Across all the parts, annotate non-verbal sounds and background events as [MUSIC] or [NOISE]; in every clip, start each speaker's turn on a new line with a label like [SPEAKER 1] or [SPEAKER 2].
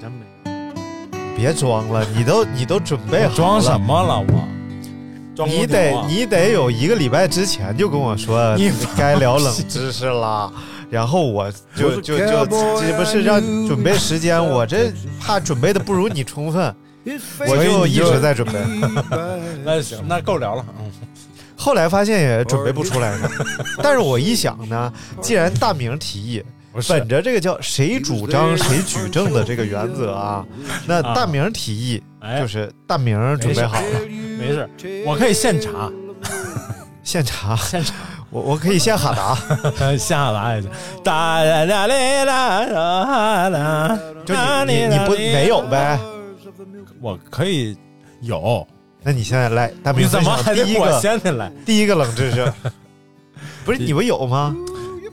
[SPEAKER 1] 真没
[SPEAKER 2] 别装了，你都你都准备好了，
[SPEAKER 1] 装什？么了我？装啊
[SPEAKER 2] 你得你得有一个礼拜之前就跟我说
[SPEAKER 1] [LAUGHS] 你
[SPEAKER 2] 该聊冷知识啦，然后我就就就这不是让你准备时间，我这怕准备的不如你充分，我就一直在准备，
[SPEAKER 1] [LAUGHS] 那行，那够聊了。嗯，
[SPEAKER 2] [LAUGHS] 后来发现也准备不出来呢。但是我一想呢，既然大明提议，
[SPEAKER 1] 不是
[SPEAKER 2] 本着这个叫谁主张谁举证的这个原则啊，那大明提议
[SPEAKER 1] 哎
[SPEAKER 2] 就是大明准备好了，
[SPEAKER 1] 没事，我可以现查
[SPEAKER 2] [LAUGHS] 现查，
[SPEAKER 1] 现查，
[SPEAKER 2] [LAUGHS] 我我可以先喊
[SPEAKER 1] [LAUGHS]
[SPEAKER 2] 答。
[SPEAKER 1] 下来去。哒啦啦啦啦啦啦，
[SPEAKER 2] 就你你你不没有呗？
[SPEAKER 1] 我可以有，
[SPEAKER 2] 那你现在来，大
[SPEAKER 1] 你
[SPEAKER 2] 明
[SPEAKER 1] 怎么还
[SPEAKER 2] 分享
[SPEAKER 1] 得
[SPEAKER 2] 第一
[SPEAKER 1] 我
[SPEAKER 2] 个
[SPEAKER 1] 先得来？
[SPEAKER 2] 第一个冷知
[SPEAKER 1] [LAUGHS]
[SPEAKER 2] 识？不是
[SPEAKER 1] 第
[SPEAKER 2] 你们有吗？
[SPEAKER 1] 嗯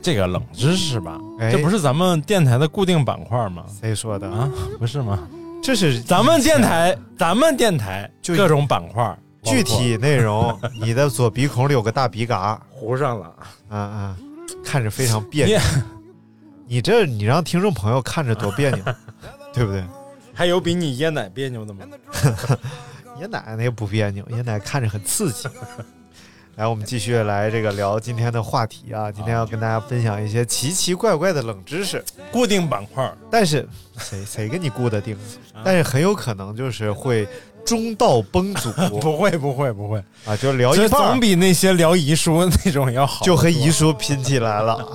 [SPEAKER 1] 这个冷知识吧，
[SPEAKER 2] 哎
[SPEAKER 1] 这不是咱们电台的固定板块吗？
[SPEAKER 2] 谁哎说的？
[SPEAKER 1] 啊，不是吗？
[SPEAKER 2] 这是
[SPEAKER 1] 咱们电台，咱们电台
[SPEAKER 2] 就
[SPEAKER 1] 各种板块，
[SPEAKER 2] 具体内容， [LAUGHS] 你的左鼻孔里有个大鼻嘎，
[SPEAKER 1] 糊上了。
[SPEAKER 2] 嗯嗯，看着非常别扭。你这你让听众朋友看着多别
[SPEAKER 1] [LAUGHS]
[SPEAKER 2] 扭，对不对？
[SPEAKER 1] 还有比你椰奶别扭的吗？
[SPEAKER 2] 爷奶奶也不别扭，爷奶看着很刺激。来，我们继续来这个聊今天的话题啊，今天要跟大家分享一些奇奇怪怪的冷知识。
[SPEAKER 1] 固定板块，
[SPEAKER 2] 但是谁谁给你固的定？
[SPEAKER 1] 啊
[SPEAKER 2] 但是很有可能就是会中道崩殂
[SPEAKER 1] [LAUGHS] 不会不会不会，
[SPEAKER 2] 啊，就聊
[SPEAKER 1] 这
[SPEAKER 2] 一半
[SPEAKER 1] 总
[SPEAKER 2] 儿
[SPEAKER 1] 比那些聊遗书那种要好。
[SPEAKER 2] 就和遗书拼起来了。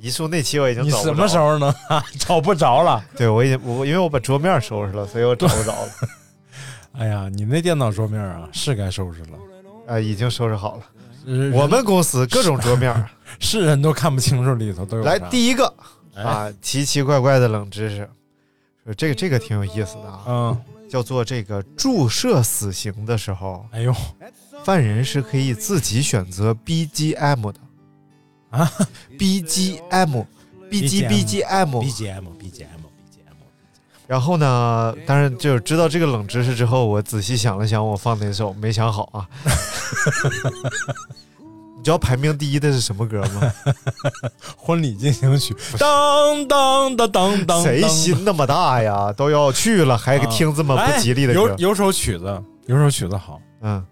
[SPEAKER 2] 遗书那期我已经
[SPEAKER 1] 你
[SPEAKER 2] 找不着
[SPEAKER 1] 什么时？候能 [LAUGHS] 找不着了？
[SPEAKER 2] 对我已经我因为我把桌面收拾了，所以我找不着
[SPEAKER 1] [LAUGHS]
[SPEAKER 2] 了。
[SPEAKER 1] 哎呀，你那电脑桌面啊，
[SPEAKER 2] 嗯
[SPEAKER 1] 是该收拾了。
[SPEAKER 2] 啊，已经收拾好了。
[SPEAKER 1] 人
[SPEAKER 2] 我们公司各种桌面儿，
[SPEAKER 1] 是人都看不清楚里头都有啊
[SPEAKER 2] 来
[SPEAKER 1] 啥
[SPEAKER 2] 第一个
[SPEAKER 1] 哎
[SPEAKER 2] 啊，奇奇怪怪的冷知识，说这个这个挺有意思的啊，
[SPEAKER 1] 嗯，
[SPEAKER 2] 叫做这个注射死刑的时候，
[SPEAKER 1] 哎呦
[SPEAKER 2] 犯人是可以自己选择 BGM 的
[SPEAKER 1] 啊
[SPEAKER 2] BGM。B G B G M，
[SPEAKER 1] ，BGM BGM BGM，
[SPEAKER 2] 然后呢？当然，就是知道这个冷知识之后，我仔细想了想，我放哪首没想好
[SPEAKER 1] [LAUGHS]
[SPEAKER 2] 啊。你知道排名第一的是什么歌吗？
[SPEAKER 1] 婚礼进行曲，当当当当当，
[SPEAKER 2] 谁
[SPEAKER 1] 当
[SPEAKER 2] 心那么大呀？都要去了，还听这么不吉利的
[SPEAKER 1] 哎
[SPEAKER 2] 歌
[SPEAKER 1] 有？有首曲子，有首曲子好，
[SPEAKER 2] 嗯，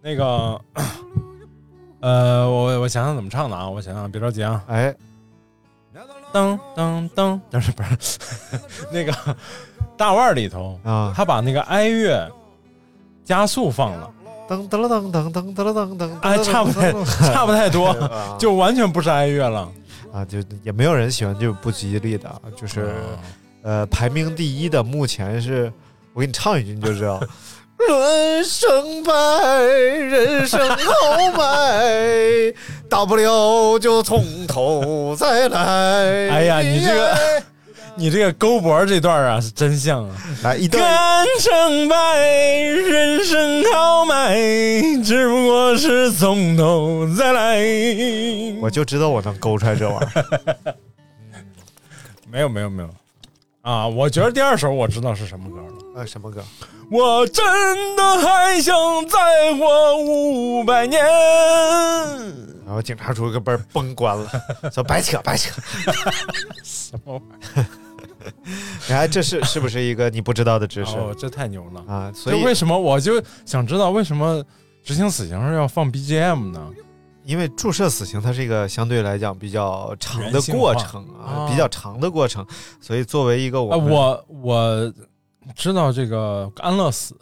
[SPEAKER 1] 那个， [COUGHS] 呃，我我想想怎么唱的啊，我想想，别着急啊，
[SPEAKER 2] 哎，
[SPEAKER 1] 当当当，不是不是，那个大腕儿里头，
[SPEAKER 2] 啊，
[SPEAKER 1] 他把那个哀乐加速放了，
[SPEAKER 2] 噔噔了噔噔噔噔了噔噔，
[SPEAKER 1] 哎，差不
[SPEAKER 2] [LAUGHS]
[SPEAKER 1] 太差不太多，
[SPEAKER 2] 多
[SPEAKER 1] [LAUGHS] 就完全不是哀乐了，
[SPEAKER 2] 啊，就也没有人喜欢这种不吉利的啊，就是
[SPEAKER 1] 嗯
[SPEAKER 2] 呃，排名第一的目前是，我给你唱一句你就知道。 [LAUGHS] 人生白，人生豪 [LAUGHS]
[SPEAKER 1] 哎
[SPEAKER 2] 迈，大不了就从头再来。
[SPEAKER 1] 哎呀你这个你这个勾脖这段啊是真像啊。
[SPEAKER 2] 来一段，
[SPEAKER 1] 干成败，人生豪迈，只不过是从头再来。
[SPEAKER 2] 我就知道我能勾出来这玩意 [LAUGHS] 儿。
[SPEAKER 1] 没有没有没有啊！我觉得第二首我知道是什么歌了。
[SPEAKER 2] 呃，什么歌？
[SPEAKER 1] 我真的还想再活五百年。
[SPEAKER 2] 然后警察叔给门崩关 [LAUGHS] 了，说白扯白扯。
[SPEAKER 1] 什么玩意
[SPEAKER 2] [LAUGHS] 哎，这是是不是一个你不知道的知
[SPEAKER 1] 儿？
[SPEAKER 2] 识、
[SPEAKER 1] 哦，这太牛了！
[SPEAKER 2] 啊？所
[SPEAKER 1] 这
[SPEAKER 2] 以
[SPEAKER 1] 为什么我就想知道为什么执行死刑是要放 BGM 呢？
[SPEAKER 2] 因为注射死刑它是一个相对来讲比较长的
[SPEAKER 1] 人性化
[SPEAKER 2] 过程
[SPEAKER 1] 啊
[SPEAKER 2] 啊，比较长的过程，所以作为一个
[SPEAKER 1] 啊，
[SPEAKER 2] 我们
[SPEAKER 1] 我我知道这个安乐死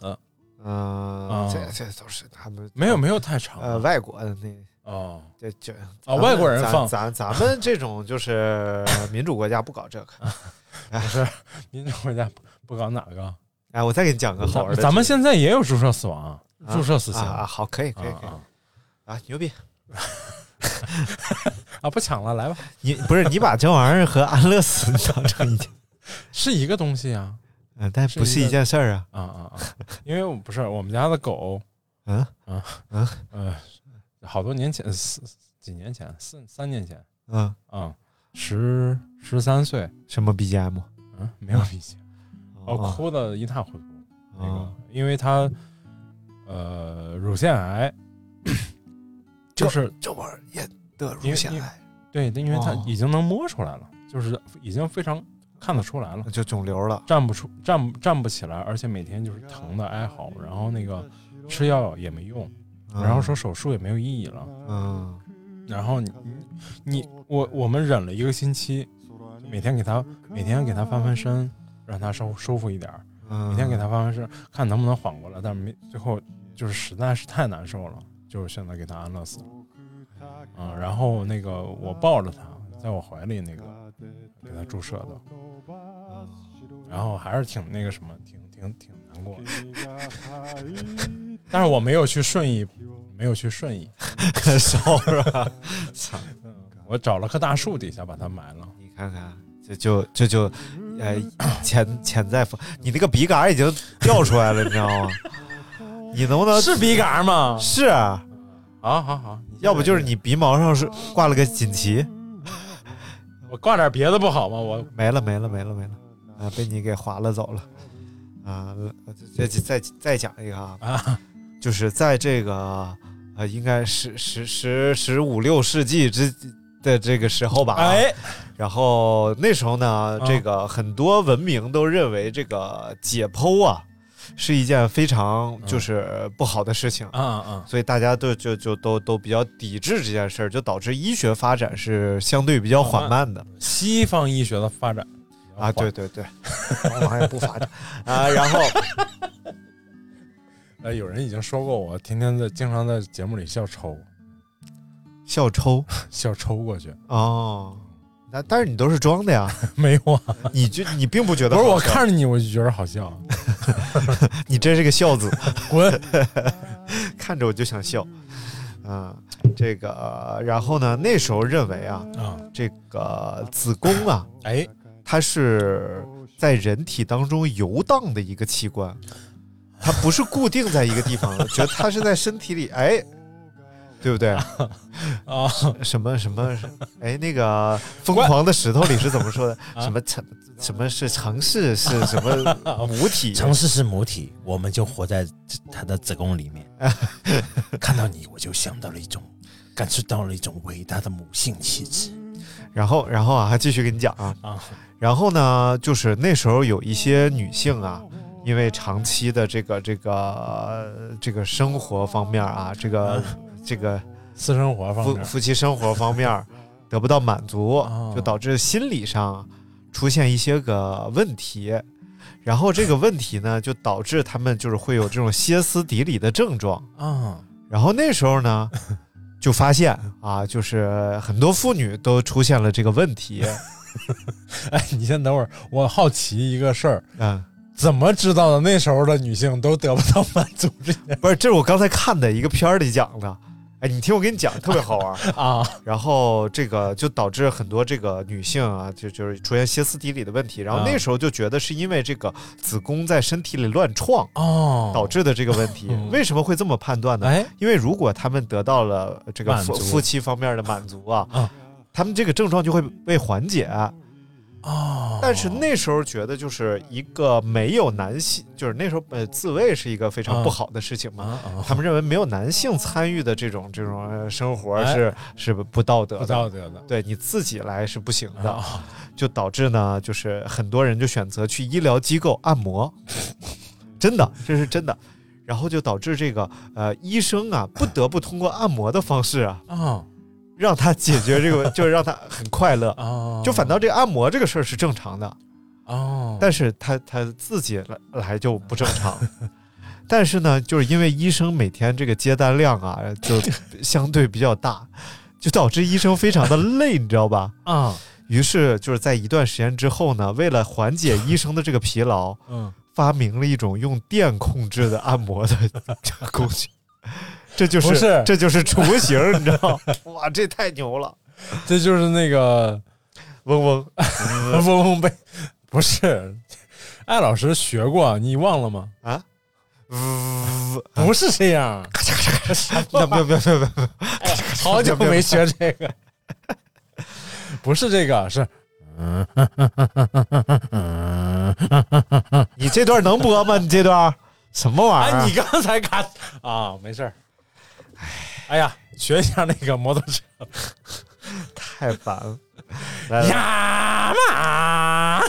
[SPEAKER 2] 嗯
[SPEAKER 1] 啊，
[SPEAKER 2] 这这都是他们
[SPEAKER 1] 没有没有太长
[SPEAKER 2] 呃外国的那
[SPEAKER 1] 哦
[SPEAKER 2] 这这
[SPEAKER 1] 啊，外国人
[SPEAKER 2] 咱
[SPEAKER 1] 放
[SPEAKER 2] 咱咱们这种就是 [LAUGHS] 民主国家不搞这个。
[SPEAKER 1] 啊不是 [LAUGHS] 民主国家不搞哪个？
[SPEAKER 2] 哎，我再给你讲个好玩的。
[SPEAKER 1] 咱们现在也有注射死亡、
[SPEAKER 2] 啊
[SPEAKER 1] 注射死刑
[SPEAKER 2] 啊，啊好，可以可以
[SPEAKER 1] 啊
[SPEAKER 2] 可以
[SPEAKER 1] 啊
[SPEAKER 2] 啊，牛
[SPEAKER 1] [LAUGHS]
[SPEAKER 2] 逼！
[SPEAKER 1] 啊！不抢了，来吧，
[SPEAKER 2] 你不是你把这玩意儿和安乐死当成一件， [LAUGHS]
[SPEAKER 1] 是一个东西啊
[SPEAKER 2] 嗯，但不是一件事儿啊。
[SPEAKER 1] 啊啊啊！因为我不是我们家的狗，
[SPEAKER 2] 嗯
[SPEAKER 1] 呃，好多年前，四几年前，四三年前
[SPEAKER 2] 嗯，
[SPEAKER 1] 啊，十十三岁，
[SPEAKER 2] 什么 BGM？
[SPEAKER 1] 嗯，没有理解，哦，
[SPEAKER 2] 哦
[SPEAKER 1] 哭的一塌糊涂。那个
[SPEAKER 2] 哦，
[SPEAKER 1] 因为他呃乳腺癌，就是
[SPEAKER 2] 这玩意儿也得
[SPEAKER 1] 因为因为对，因为他
[SPEAKER 2] 哦
[SPEAKER 1] 已经能摸出来了，就是已经非常看得出来了，
[SPEAKER 2] 就肿瘤了。
[SPEAKER 1] 站不出站不站不起来，而且每天就是疼的哀嚎，然后那个吃药也没用，
[SPEAKER 2] 嗯
[SPEAKER 1] 然后说，手术也没有意义了，
[SPEAKER 2] 嗯
[SPEAKER 1] 然后你你你我我们忍了一个星期，每天给他每天给他翻翻身，让他稍微舒服一点儿，
[SPEAKER 2] 嗯，
[SPEAKER 1] 每天给他翻翻身，看能不能缓过来，但是没最后就是实在是太难受了，就是选择给他安乐死。嗯，然后那个我抱着他，在我怀里那个给他注射的，嗯然后还是挺那个什么，挺挺挺难过的。但是我没有去顺义，没有去顺义，
[SPEAKER 2] 烧了，
[SPEAKER 1] [LAUGHS]
[SPEAKER 2] 操！
[SPEAKER 1] 我找了棵大树底下把它埋了。
[SPEAKER 2] 你看看，这就这就，呃，潜潜在风，你那个笔杆已经掉出来了，你知道吗？你能不能
[SPEAKER 1] 是笔杆吗？
[SPEAKER 2] 是啊？
[SPEAKER 1] 好好好，
[SPEAKER 2] 要不就是你鼻毛上是挂了个锦旗，
[SPEAKER 1] 我挂点别的不好吗？我
[SPEAKER 2] 没了没了没了没了，啊，被你给划拉走了，啊，再再再讲一个啊，
[SPEAKER 1] 啊，
[SPEAKER 2] [LAUGHS] 就是在这个呃，应该十十十十五六世纪之的这个时候吧，
[SPEAKER 3] 啊
[SPEAKER 2] 啊
[SPEAKER 1] 哎，
[SPEAKER 2] 然后那时候呢，这个很多文明都认为这个解剖啊是一件非常就是不好的事情，
[SPEAKER 1] 啊啊
[SPEAKER 2] 所以大家都就就都都比较抵制这件事儿，就导致医学发展是相对比较缓慢的
[SPEAKER 1] 嗯，西方医学的发展
[SPEAKER 2] 啊，对，对对，往往也不发展 [LAUGHS] 啊，然后
[SPEAKER 1] 呃，有人已经说过我天天在经常在节目里笑抽 [LAUGHS]
[SPEAKER 2] 笑抽
[SPEAKER 1] 笑抽过去， [LAUGHS]
[SPEAKER 2] 哦，那但是你都是装的呀，
[SPEAKER 1] 没有啊，
[SPEAKER 2] 你就你并不觉得
[SPEAKER 1] 不是我
[SPEAKER 2] 好笑
[SPEAKER 1] 看着你我就觉得好 [LAUGHS] 笑，
[SPEAKER 2] 你真是个孝子， [LAUGHS]
[SPEAKER 1] 滚，
[SPEAKER 2] 看着我就想笑啊，这个然后呢，那时候认为啊，
[SPEAKER 1] 啊，
[SPEAKER 2] 这个子宫啊，
[SPEAKER 1] 哎
[SPEAKER 2] 它是在人体当中游荡的一个器官，它不是固定在一个地方的，觉得它是在身体里，哎，
[SPEAKER 3] [LAUGHS]
[SPEAKER 2] 对不对？
[SPEAKER 1] 啊，
[SPEAKER 2] 什么什么？哎，那个疯狂的石头里是怎么说的？
[SPEAKER 3] 啊
[SPEAKER 2] 什么城？什么是城市？是什么母体？
[SPEAKER 3] [LAUGHS] 城市是母体，我们就活在它的子宫里
[SPEAKER 1] [LAUGHS]
[SPEAKER 3] 面。看到你，我就想到了一种，感受到了一种伟大的母性气质。
[SPEAKER 2] 然后，然后啊，还继续跟你讲啊
[SPEAKER 1] 啊
[SPEAKER 2] 然后呢，就是那时候有一些女性啊，因为长期的这个这个呃这个生活方面啊，这个、这个
[SPEAKER 1] 私生活方
[SPEAKER 2] 夫
[SPEAKER 1] 面
[SPEAKER 2] 夫妻生活方面得不到满足
[SPEAKER 1] 啊，
[SPEAKER 2] 就导致心理上出现一些个问题。然后这个问题呢，就导致他们就是会有这种歇斯底里的症状。
[SPEAKER 1] 啊， [LAUGHS]
[SPEAKER 2] 然后那时候呢，就发现啊，就是很多妇女都出现了这个问题。
[SPEAKER 1] 哎，你先等会儿，我好奇一个事儿，
[SPEAKER 2] 嗯，
[SPEAKER 1] 怎么知道的那时候的女性都得不到满足这些
[SPEAKER 2] 不是，这是我刚才看的一个片儿里讲的。哎，你听我给你讲，特别好玩儿。
[SPEAKER 1] [LAUGHS] 啊？
[SPEAKER 2] 然后这个就导致很多这个女性啊，就就是出现歇斯底里的问题。然
[SPEAKER 1] 嗯
[SPEAKER 2] 后那时候就觉得是因为这个子宫在身体里乱撞
[SPEAKER 1] 哦，
[SPEAKER 2] 导致的这个问题。
[SPEAKER 1] 嗯
[SPEAKER 2] 为什么会这么判断呢？
[SPEAKER 1] 哎
[SPEAKER 2] 因为如果他们得到了这个
[SPEAKER 1] 满
[SPEAKER 2] 夫
[SPEAKER 1] 足
[SPEAKER 2] 夫妻方面的满足啊，
[SPEAKER 1] 啊
[SPEAKER 2] 他们这个症状就会被缓解。
[SPEAKER 1] 哦，
[SPEAKER 2] 但是那时候觉得就是一个没有男性，就是那时候呃自慰是一个非常不好的事情嘛
[SPEAKER 1] 啊。啊，
[SPEAKER 2] 他们认为没有男性参与的这种这种呃生活
[SPEAKER 1] 哎
[SPEAKER 2] 是、是不道德
[SPEAKER 1] 不
[SPEAKER 2] 的，
[SPEAKER 1] 道德的
[SPEAKER 2] 对你自己来是不行的，
[SPEAKER 1] 啊，
[SPEAKER 2] 就导致呢， [LAUGHS] 就是很多人就选择去医疗机构按摩，真的，这是真的。然后就导致这个呃医生啊不得不通过按摩的方式啊，
[SPEAKER 1] 啊
[SPEAKER 2] 让他解决这个， [LAUGHS] 就是让他很快乐
[SPEAKER 1] 啊
[SPEAKER 2] 就反倒这个按摩这个事儿是正常的，
[SPEAKER 1] 哦，
[SPEAKER 2] 但是他他自己来来就不正常。 [LAUGHS] 但是呢，就是因为医生每天这个接单量啊，就相对比较大， [LAUGHS] 就导致医生非常的累，你知道吧？
[SPEAKER 1] 啊，
[SPEAKER 2] 于是就是在一段时间之后呢，为了缓解医生的这个疲劳，
[SPEAKER 1] 嗯，
[SPEAKER 2] 发明了一种用电控制的按摩的 [LAUGHS] 工具。这就
[SPEAKER 1] 不
[SPEAKER 2] 是
[SPEAKER 1] 是
[SPEAKER 2] 这就是雏形，你知道？ [LAUGHS] 哇，这太牛了！
[SPEAKER 1] 这就是那个
[SPEAKER 2] 嗡 [LAUGHS] 嗡
[SPEAKER 1] 嗡嗡呗，不是，艾老师学过，你忘了吗？啊
[SPEAKER 2] 啊，
[SPEAKER 1] 不是这样，
[SPEAKER 2] 不要不要不要不要！
[SPEAKER 1] 好久没学这 [LAUGHS] 个，不是这个，是
[SPEAKER 2] 你这段能播吗？你这段什么玩意儿？
[SPEAKER 1] 哎，你刚才卡啊，没事儿。哎呀，学一下那个摩托车
[SPEAKER 2] 太烦
[SPEAKER 1] [LAUGHS]
[SPEAKER 2] 了！来
[SPEAKER 1] 呃
[SPEAKER 2] 来
[SPEAKER 1] 呀嘛，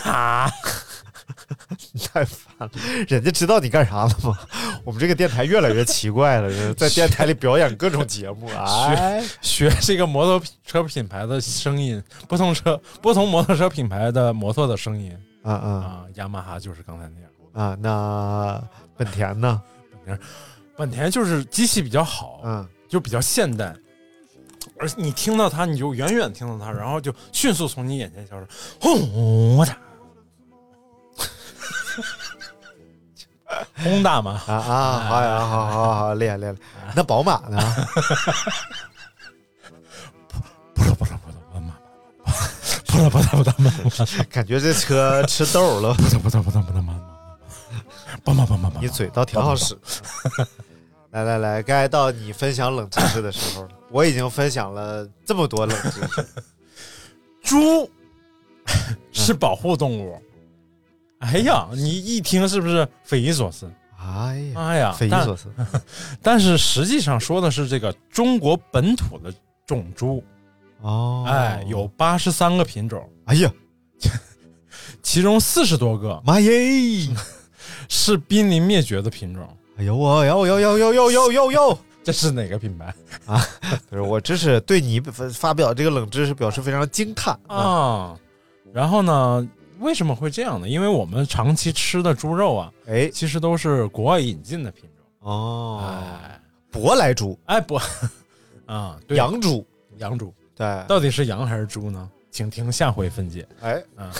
[SPEAKER 2] 太烦了，人家知道你干啥了吗？我们这个电台越来越奇怪了，
[SPEAKER 1] [LAUGHS]
[SPEAKER 2] 就是在电台里表演各种节目啊。哎
[SPEAKER 1] 学这个摩托车品牌的声音，不同车不同摩托车品牌的摩托的声音
[SPEAKER 2] 啊啊
[SPEAKER 1] 啊，雅马哈就是刚才那样。
[SPEAKER 2] 啊！那本田呢？
[SPEAKER 1] 本田就是机器比较好，
[SPEAKER 2] 嗯，
[SPEAKER 1] 就比较现代，而你听到它，你就远远听到它，然后就迅速从你眼前消失。轰我打， [LAUGHS] 轰大嘛，
[SPEAKER 2] 啊啊！好呀，好好好，厉害厉害！
[SPEAKER 1] 啊
[SPEAKER 2] 那宝马呢？ [LAUGHS]
[SPEAKER 1] 不了不了不了不了，
[SPEAKER 2] 感觉这车吃豆了。
[SPEAKER 1] 不得不得不得不得不得，帮忙帮忙帮
[SPEAKER 2] 你
[SPEAKER 1] 忙，
[SPEAKER 2] 嘴倒挺好
[SPEAKER 1] [LAUGHS]
[SPEAKER 2] 使。来来来，该到你分享冷知识的时候了。我已经分享了这么多冷知识，
[SPEAKER 1] 猪 [LAUGHS] 是保护动物。哎呀，你一听是不是匪夷所思？
[SPEAKER 2] 哎呀，
[SPEAKER 1] 哎呀，
[SPEAKER 2] 匪夷
[SPEAKER 1] 但
[SPEAKER 2] 所思。
[SPEAKER 1] 但是实际上说的是这个中国本土的种猪，
[SPEAKER 2] 哦，
[SPEAKER 1] 哎，有八十三个品种，
[SPEAKER 2] 哎呀，
[SPEAKER 1] 其中四十多个
[SPEAKER 2] 妈耶！
[SPEAKER 1] 是濒临灭绝的品种。
[SPEAKER 2] 哎呦我呦呦呦呦呦呦呦呦！
[SPEAKER 1] 这是哪个品牌
[SPEAKER 2] 不是我，这是对你发发表这个冷知识表示非常惊叹啊！
[SPEAKER 1] 啊？然后呢，为什么会这样呢？因为我们长期吃的猪肉啊，
[SPEAKER 2] 哎，
[SPEAKER 1] 其实都是国外引进的品种。
[SPEAKER 2] 哦，
[SPEAKER 1] 哎
[SPEAKER 2] 舶来猪、
[SPEAKER 1] 哎不， [LAUGHS] 啊，对
[SPEAKER 2] 羊猪，
[SPEAKER 1] 羊猪
[SPEAKER 2] 对，
[SPEAKER 1] 到底是羊还是猪呢？请听下回分解。
[SPEAKER 2] 哎
[SPEAKER 1] 啊，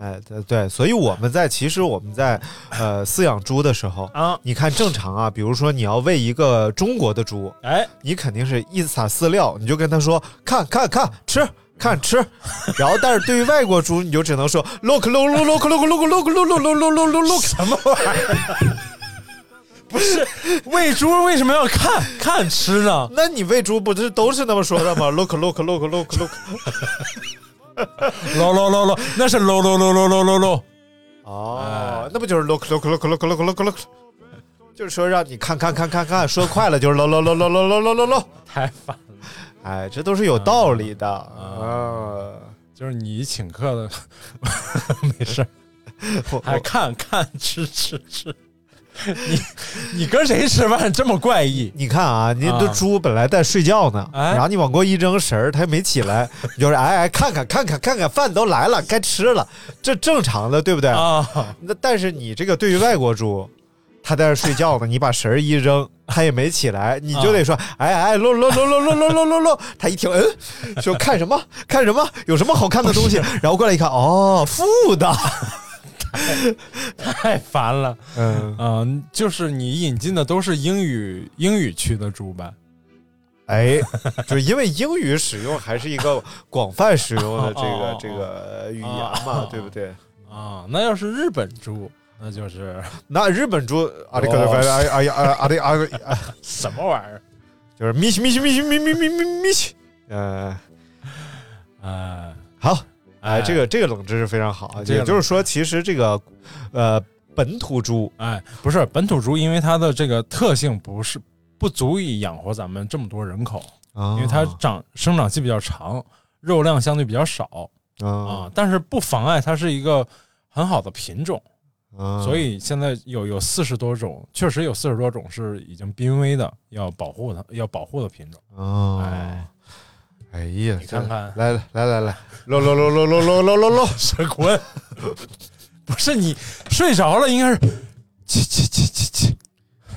[SPEAKER 2] 哎，对对，所以我们在其实我们在呃饲养猪的时候
[SPEAKER 1] 啊，
[SPEAKER 2] 你看正常啊，比如说你要喂一个中国的猪，
[SPEAKER 1] 哎，
[SPEAKER 2] 你肯定是一撒饲料，你就跟他说看看看吃。看吃，然后但是对于外国猪，你就只能说 look look look look look look look look look look look look look 什么玩意儿？
[SPEAKER 1] 不是喂猪为什么要看看吃呢？
[SPEAKER 2] 那你喂猪不是都是那么说
[SPEAKER 1] [LAUGHS]
[SPEAKER 2] 的吗？Look, look, look, look, look。
[SPEAKER 1] 喽喽喽喽，那是喽喽喽喽喽喽喽。哎
[SPEAKER 2] 哦，那不就是 look, look, look, look, look, look, look，就是说让你看看看看看，说快了就是 look, look, look, look, look, look, look。
[SPEAKER 1] 太烦了。
[SPEAKER 2] 哎，这都是有道理的
[SPEAKER 1] 嗯
[SPEAKER 2] 啊。
[SPEAKER 1] 就是你请客的，没事儿，
[SPEAKER 2] 我嗯
[SPEAKER 1] 还
[SPEAKER 2] 我
[SPEAKER 1] 看看吃吃吃，你你跟谁吃饭这么怪异？
[SPEAKER 2] 你看啊，您的
[SPEAKER 1] 啊
[SPEAKER 2] 猪本来在睡觉呢，
[SPEAKER 1] 哎
[SPEAKER 2] 然后你往过一扔神儿，它也没起来，你就是哎哎看看看看看看，饭都来了，该吃了，这正常的，对不对？
[SPEAKER 1] 啊，
[SPEAKER 2] 那但是你这个对于外国猪，它在这睡觉呢，你把绳儿一扔，它也没起来，你就得说，哎哎，喽喽喽喽喽喽喽喽喽，它一听，嗯，说看什么看什么，有什么好看的东西，然后过来一看，哦，负的，
[SPEAKER 1] 太烦了。
[SPEAKER 2] 嗯，
[SPEAKER 1] 嗯，就是你引进的都是英语英语区的猪吧？
[SPEAKER 2] 哎，就是因为英语使用还是一个广泛使用的这个
[SPEAKER 1] 哦哦哦
[SPEAKER 2] 这个语言嘛，对不对？
[SPEAKER 1] 啊，那要是日本猪，那就是
[SPEAKER 2] 那日本猪，啊这个，哎哎呀，啊这啊这，
[SPEAKER 1] 什么玩意儿？
[SPEAKER 2] 就是咪西咪西咪西咪咪咪咪咪西，嗯，
[SPEAKER 1] 哎，
[SPEAKER 2] 好。哎，
[SPEAKER 1] 哎，
[SPEAKER 2] 这个这个冷知识非常好啊，
[SPEAKER 1] 这个
[SPEAKER 2] 也就是说，其实这个呃本土猪
[SPEAKER 1] 哎，不是本土猪，因为它的这个特性不是不足以养活咱们这么多人口，
[SPEAKER 2] 啊
[SPEAKER 1] 因为它长生长期比较长，肉量相对比较少。
[SPEAKER 2] 啊
[SPEAKER 1] 啊，但是不妨碍它是一个很好的品种
[SPEAKER 2] 啊
[SPEAKER 1] 所以现在有有四十多种，确实有四十多种是已经濒危的，要保护它，要保护的品种。
[SPEAKER 2] 哦，哎呀，
[SPEAKER 1] 你看看
[SPEAKER 2] 这来来来来来，喽喽喽喽喽喽喽喽喽，
[SPEAKER 1] 神滚！ [LAUGHS] 不是你睡着了，应该是
[SPEAKER 2] 切切切切切， [LAUGHS]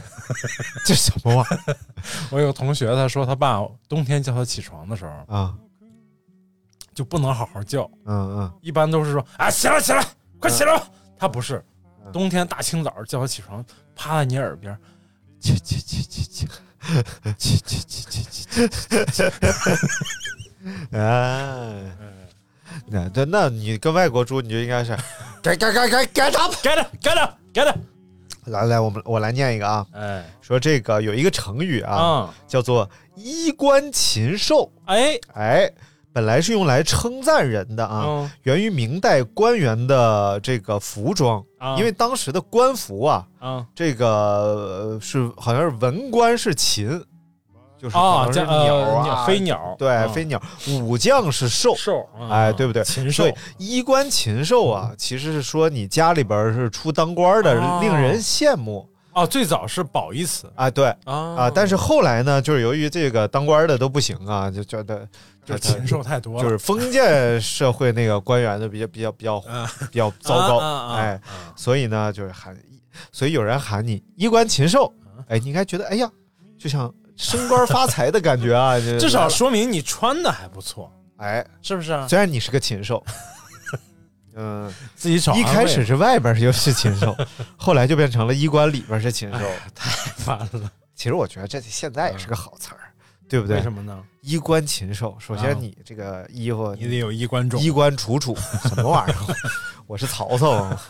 [SPEAKER 2] 这什么玩意儿
[SPEAKER 1] [LAUGHS] 我有同学他说他爸冬天叫他起床的时候
[SPEAKER 2] 啊？
[SPEAKER 1] 就不能好好叫，
[SPEAKER 2] 嗯嗯，
[SPEAKER 1] 一般都是说啊起来起来，快起来吧。他不是，
[SPEAKER 2] 嗯
[SPEAKER 1] 冬天大清早叫他起床，趴在你耳边，切切切切切切切切切切切。
[SPEAKER 2] 嗯哎，
[SPEAKER 1] 嗯
[SPEAKER 2] 那对，那你跟外国猪你就应该
[SPEAKER 1] [LAUGHS]
[SPEAKER 2] 是 get get get get get up
[SPEAKER 1] get up get up get up。
[SPEAKER 2] 来来，我们我来念一个啊，
[SPEAKER 1] 哎，
[SPEAKER 2] 说这个有一个成语啊，叫做衣冠禽兽。
[SPEAKER 1] 哎
[SPEAKER 2] 哎，本来是用来称赞人的啊，
[SPEAKER 1] 嗯
[SPEAKER 2] 源于明代官员的这个服装，
[SPEAKER 1] 啊
[SPEAKER 2] 因为当时的官服啊，
[SPEAKER 1] 啊
[SPEAKER 2] 这个呃是好像是文官是禽。就是
[SPEAKER 1] 啊
[SPEAKER 2] 好像是
[SPEAKER 1] 这呃
[SPEAKER 2] 鸟啊，
[SPEAKER 1] 鸟飞鸟啊
[SPEAKER 2] 对，
[SPEAKER 1] 嗯
[SPEAKER 2] 飞鸟。武将是兽，
[SPEAKER 1] 兽，
[SPEAKER 2] 哎，对不对？
[SPEAKER 1] 禽
[SPEAKER 2] 所以
[SPEAKER 1] 兽
[SPEAKER 2] 衣冠禽兽啊，其实是说你家里边儿是出当官的，
[SPEAKER 1] 哦
[SPEAKER 2] 令人羡慕
[SPEAKER 1] 哦，最早是褒义词
[SPEAKER 2] 啊。对
[SPEAKER 1] 啊
[SPEAKER 2] 啊，但是后来呢，就是由于这个当官的都不行啊，就觉得
[SPEAKER 1] 就是啊禽兽太多了，
[SPEAKER 2] 就是封建社会那个官员的比较比较比较
[SPEAKER 1] 嗯
[SPEAKER 2] 比较糟糕，
[SPEAKER 1] 啊啊啊
[SPEAKER 2] 哎，所以呢，就是喊，所以有人喊你衣冠禽兽，
[SPEAKER 1] 啊
[SPEAKER 2] 哎，你应该觉得哎呀，就像升官发财的感觉
[SPEAKER 1] [LAUGHS]
[SPEAKER 2] 啊，就
[SPEAKER 1] 至少说明你穿的还不错，
[SPEAKER 2] 哎，
[SPEAKER 1] 是不是啊？
[SPEAKER 2] 虽然你是个禽兽， [LAUGHS] 嗯，
[SPEAKER 1] 自己找安
[SPEAKER 2] 一
[SPEAKER 1] 慰
[SPEAKER 2] 开始是外边儿就是禽
[SPEAKER 1] [LAUGHS]
[SPEAKER 2] 兽，后来就变成了衣冠里边儿是禽
[SPEAKER 1] 哎
[SPEAKER 2] 兽。
[SPEAKER 1] 烦
[SPEAKER 2] [LAUGHS]
[SPEAKER 1] 了，
[SPEAKER 2] 其实我觉得这现在也是个好词儿，对不对？
[SPEAKER 1] 为什么呢？
[SPEAKER 2] 衣冠禽兽，首
[SPEAKER 1] 啊
[SPEAKER 2] 先你这个衣服
[SPEAKER 1] 你得有衣冠冢，
[SPEAKER 2] 衣冠楚
[SPEAKER 1] [LAUGHS]
[SPEAKER 2] 楚，什么玩意儿？我是曹操啊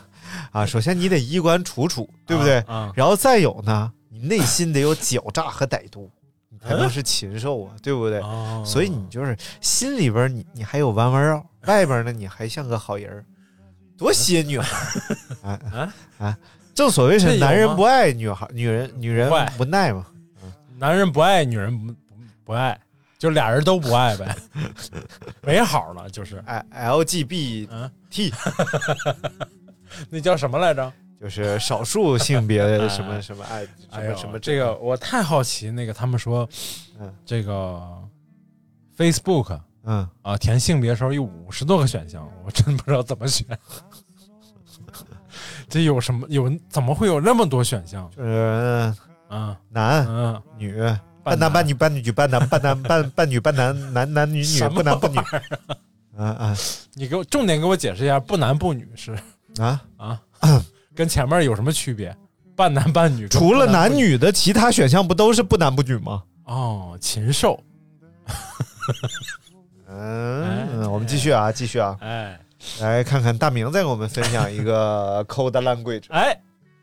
[SPEAKER 2] 啊！首先你得衣冠楚楚，对不对？
[SPEAKER 1] 啊
[SPEAKER 2] 然后再有呢，你内心得有狡诈和歹毒，你才能是禽兽啊，对不对？
[SPEAKER 1] 哦
[SPEAKER 2] 所以你就是心里边儿你你还有弯弯
[SPEAKER 1] [LAUGHS]
[SPEAKER 2] 绕，外边儿呢你还像个好人儿，多吸引女孩
[SPEAKER 1] [LAUGHS]
[SPEAKER 2] 儿啊啊！正所谓
[SPEAKER 1] 这
[SPEAKER 2] 是
[SPEAKER 1] 有
[SPEAKER 2] 男人
[SPEAKER 1] 吗
[SPEAKER 2] 不爱女孩，女人女人
[SPEAKER 1] 不爱
[SPEAKER 2] 不耐嘛。
[SPEAKER 1] 男人不爱，女人不不不爱，就俩人都不爱
[SPEAKER 2] [LAUGHS]
[SPEAKER 1] 呗，没好了，就是
[SPEAKER 2] 哎，LGBT
[SPEAKER 1] 嗯，那叫什么来着？
[SPEAKER 2] 就是少数性别的什么什么爱什
[SPEAKER 1] 哎
[SPEAKER 2] 么
[SPEAKER 1] 呦，
[SPEAKER 2] 什么
[SPEAKER 1] 这个我太好奇，那个他们说
[SPEAKER 2] 嗯
[SPEAKER 1] 这个 Facebook
[SPEAKER 2] 嗯，
[SPEAKER 1] 啊，填性别的时候有五十多个选项，我真不知道怎么选。 [LAUGHS] 这有什么有？怎么会有那么多选项？
[SPEAKER 2] 就是
[SPEAKER 1] 啊
[SPEAKER 2] 呃男
[SPEAKER 1] 嗯，
[SPEAKER 2] 女
[SPEAKER 1] 半
[SPEAKER 2] 半
[SPEAKER 1] 男
[SPEAKER 2] 男半女半女半 [LAUGHS] 男半男半半女半男男男女女
[SPEAKER 1] 什么
[SPEAKER 2] 不男不女
[SPEAKER 1] 玩意儿
[SPEAKER 2] 啊啊
[SPEAKER 1] 你给我重点给我解释一下，不男不女是
[SPEAKER 2] 啊！
[SPEAKER 1] 啊，跟前面有什么区别？半男半女，跟
[SPEAKER 2] 除了
[SPEAKER 1] 不男
[SPEAKER 2] 男
[SPEAKER 1] 不
[SPEAKER 2] 女的其他选项不都是不男不女吗？
[SPEAKER 1] 哦，禽兽，
[SPEAKER 2] 嗯，我们继续啊，继续啊，
[SPEAKER 1] 哎
[SPEAKER 2] 来看看大明再给我们分享一个 [LAUGHS] code language
[SPEAKER 1] 哎，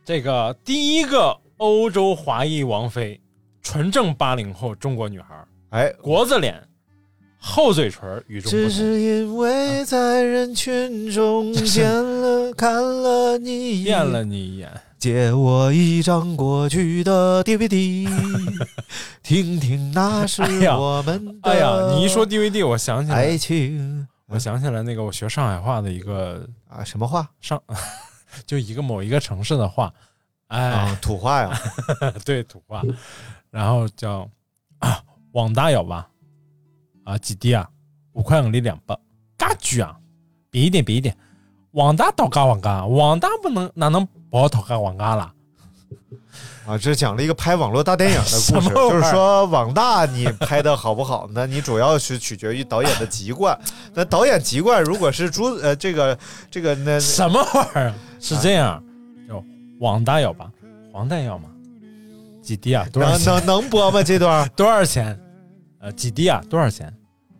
[SPEAKER 1] 这个第一个欧洲华裔王妃，纯正八零后中国女孩，
[SPEAKER 2] 哎。
[SPEAKER 1] 国字脸，厚嘴唇，与众不
[SPEAKER 2] 只
[SPEAKER 1] 同。
[SPEAKER 2] 是因为在人群 [LAUGHS] 中见了看了你 [LAUGHS] 一
[SPEAKER 1] 见了你一眼，
[SPEAKER 2] 借我一张过去的
[SPEAKER 1] [LAUGHS]
[SPEAKER 2] DVD，听听那是
[SPEAKER 1] 哎呀
[SPEAKER 2] 我们的
[SPEAKER 1] 哎呀，你一说 DVD，我想起来，
[SPEAKER 2] 爱情
[SPEAKER 1] 我想起来那个我学上海话的一个
[SPEAKER 2] 啊，什么话
[SPEAKER 1] 上，就一个某一个城市的话，哎
[SPEAKER 2] 啊，，土话呀，
[SPEAKER 1] [LAUGHS] 对土话，然后叫啊，网大有吧？啊，几滴啊？五块五里两包，嘎举啊，比一点比一点，网大倒嘎网嘎，网大不能哪能不倒嘎网嘎啦？
[SPEAKER 2] 啊，这讲了一个拍网络大电影的故
[SPEAKER 1] 什
[SPEAKER 2] 事，
[SPEAKER 1] 么玩意
[SPEAKER 2] 就
[SPEAKER 1] 儿
[SPEAKER 2] 是说网大你拍的好不好，那你主要是取决于导演的籍
[SPEAKER 1] [LAUGHS]
[SPEAKER 2] 贯。那导演籍贯如果是朱呃这个这个那
[SPEAKER 1] 什么玩意儿？是这样，就网大有吧？黄蛋要吗？几滴啊？多少
[SPEAKER 2] 能
[SPEAKER 1] 钱？
[SPEAKER 2] 能能播吗？这
[SPEAKER 1] [LAUGHS]
[SPEAKER 2] 段
[SPEAKER 1] 多少钱？呃，几滴啊？多少钱？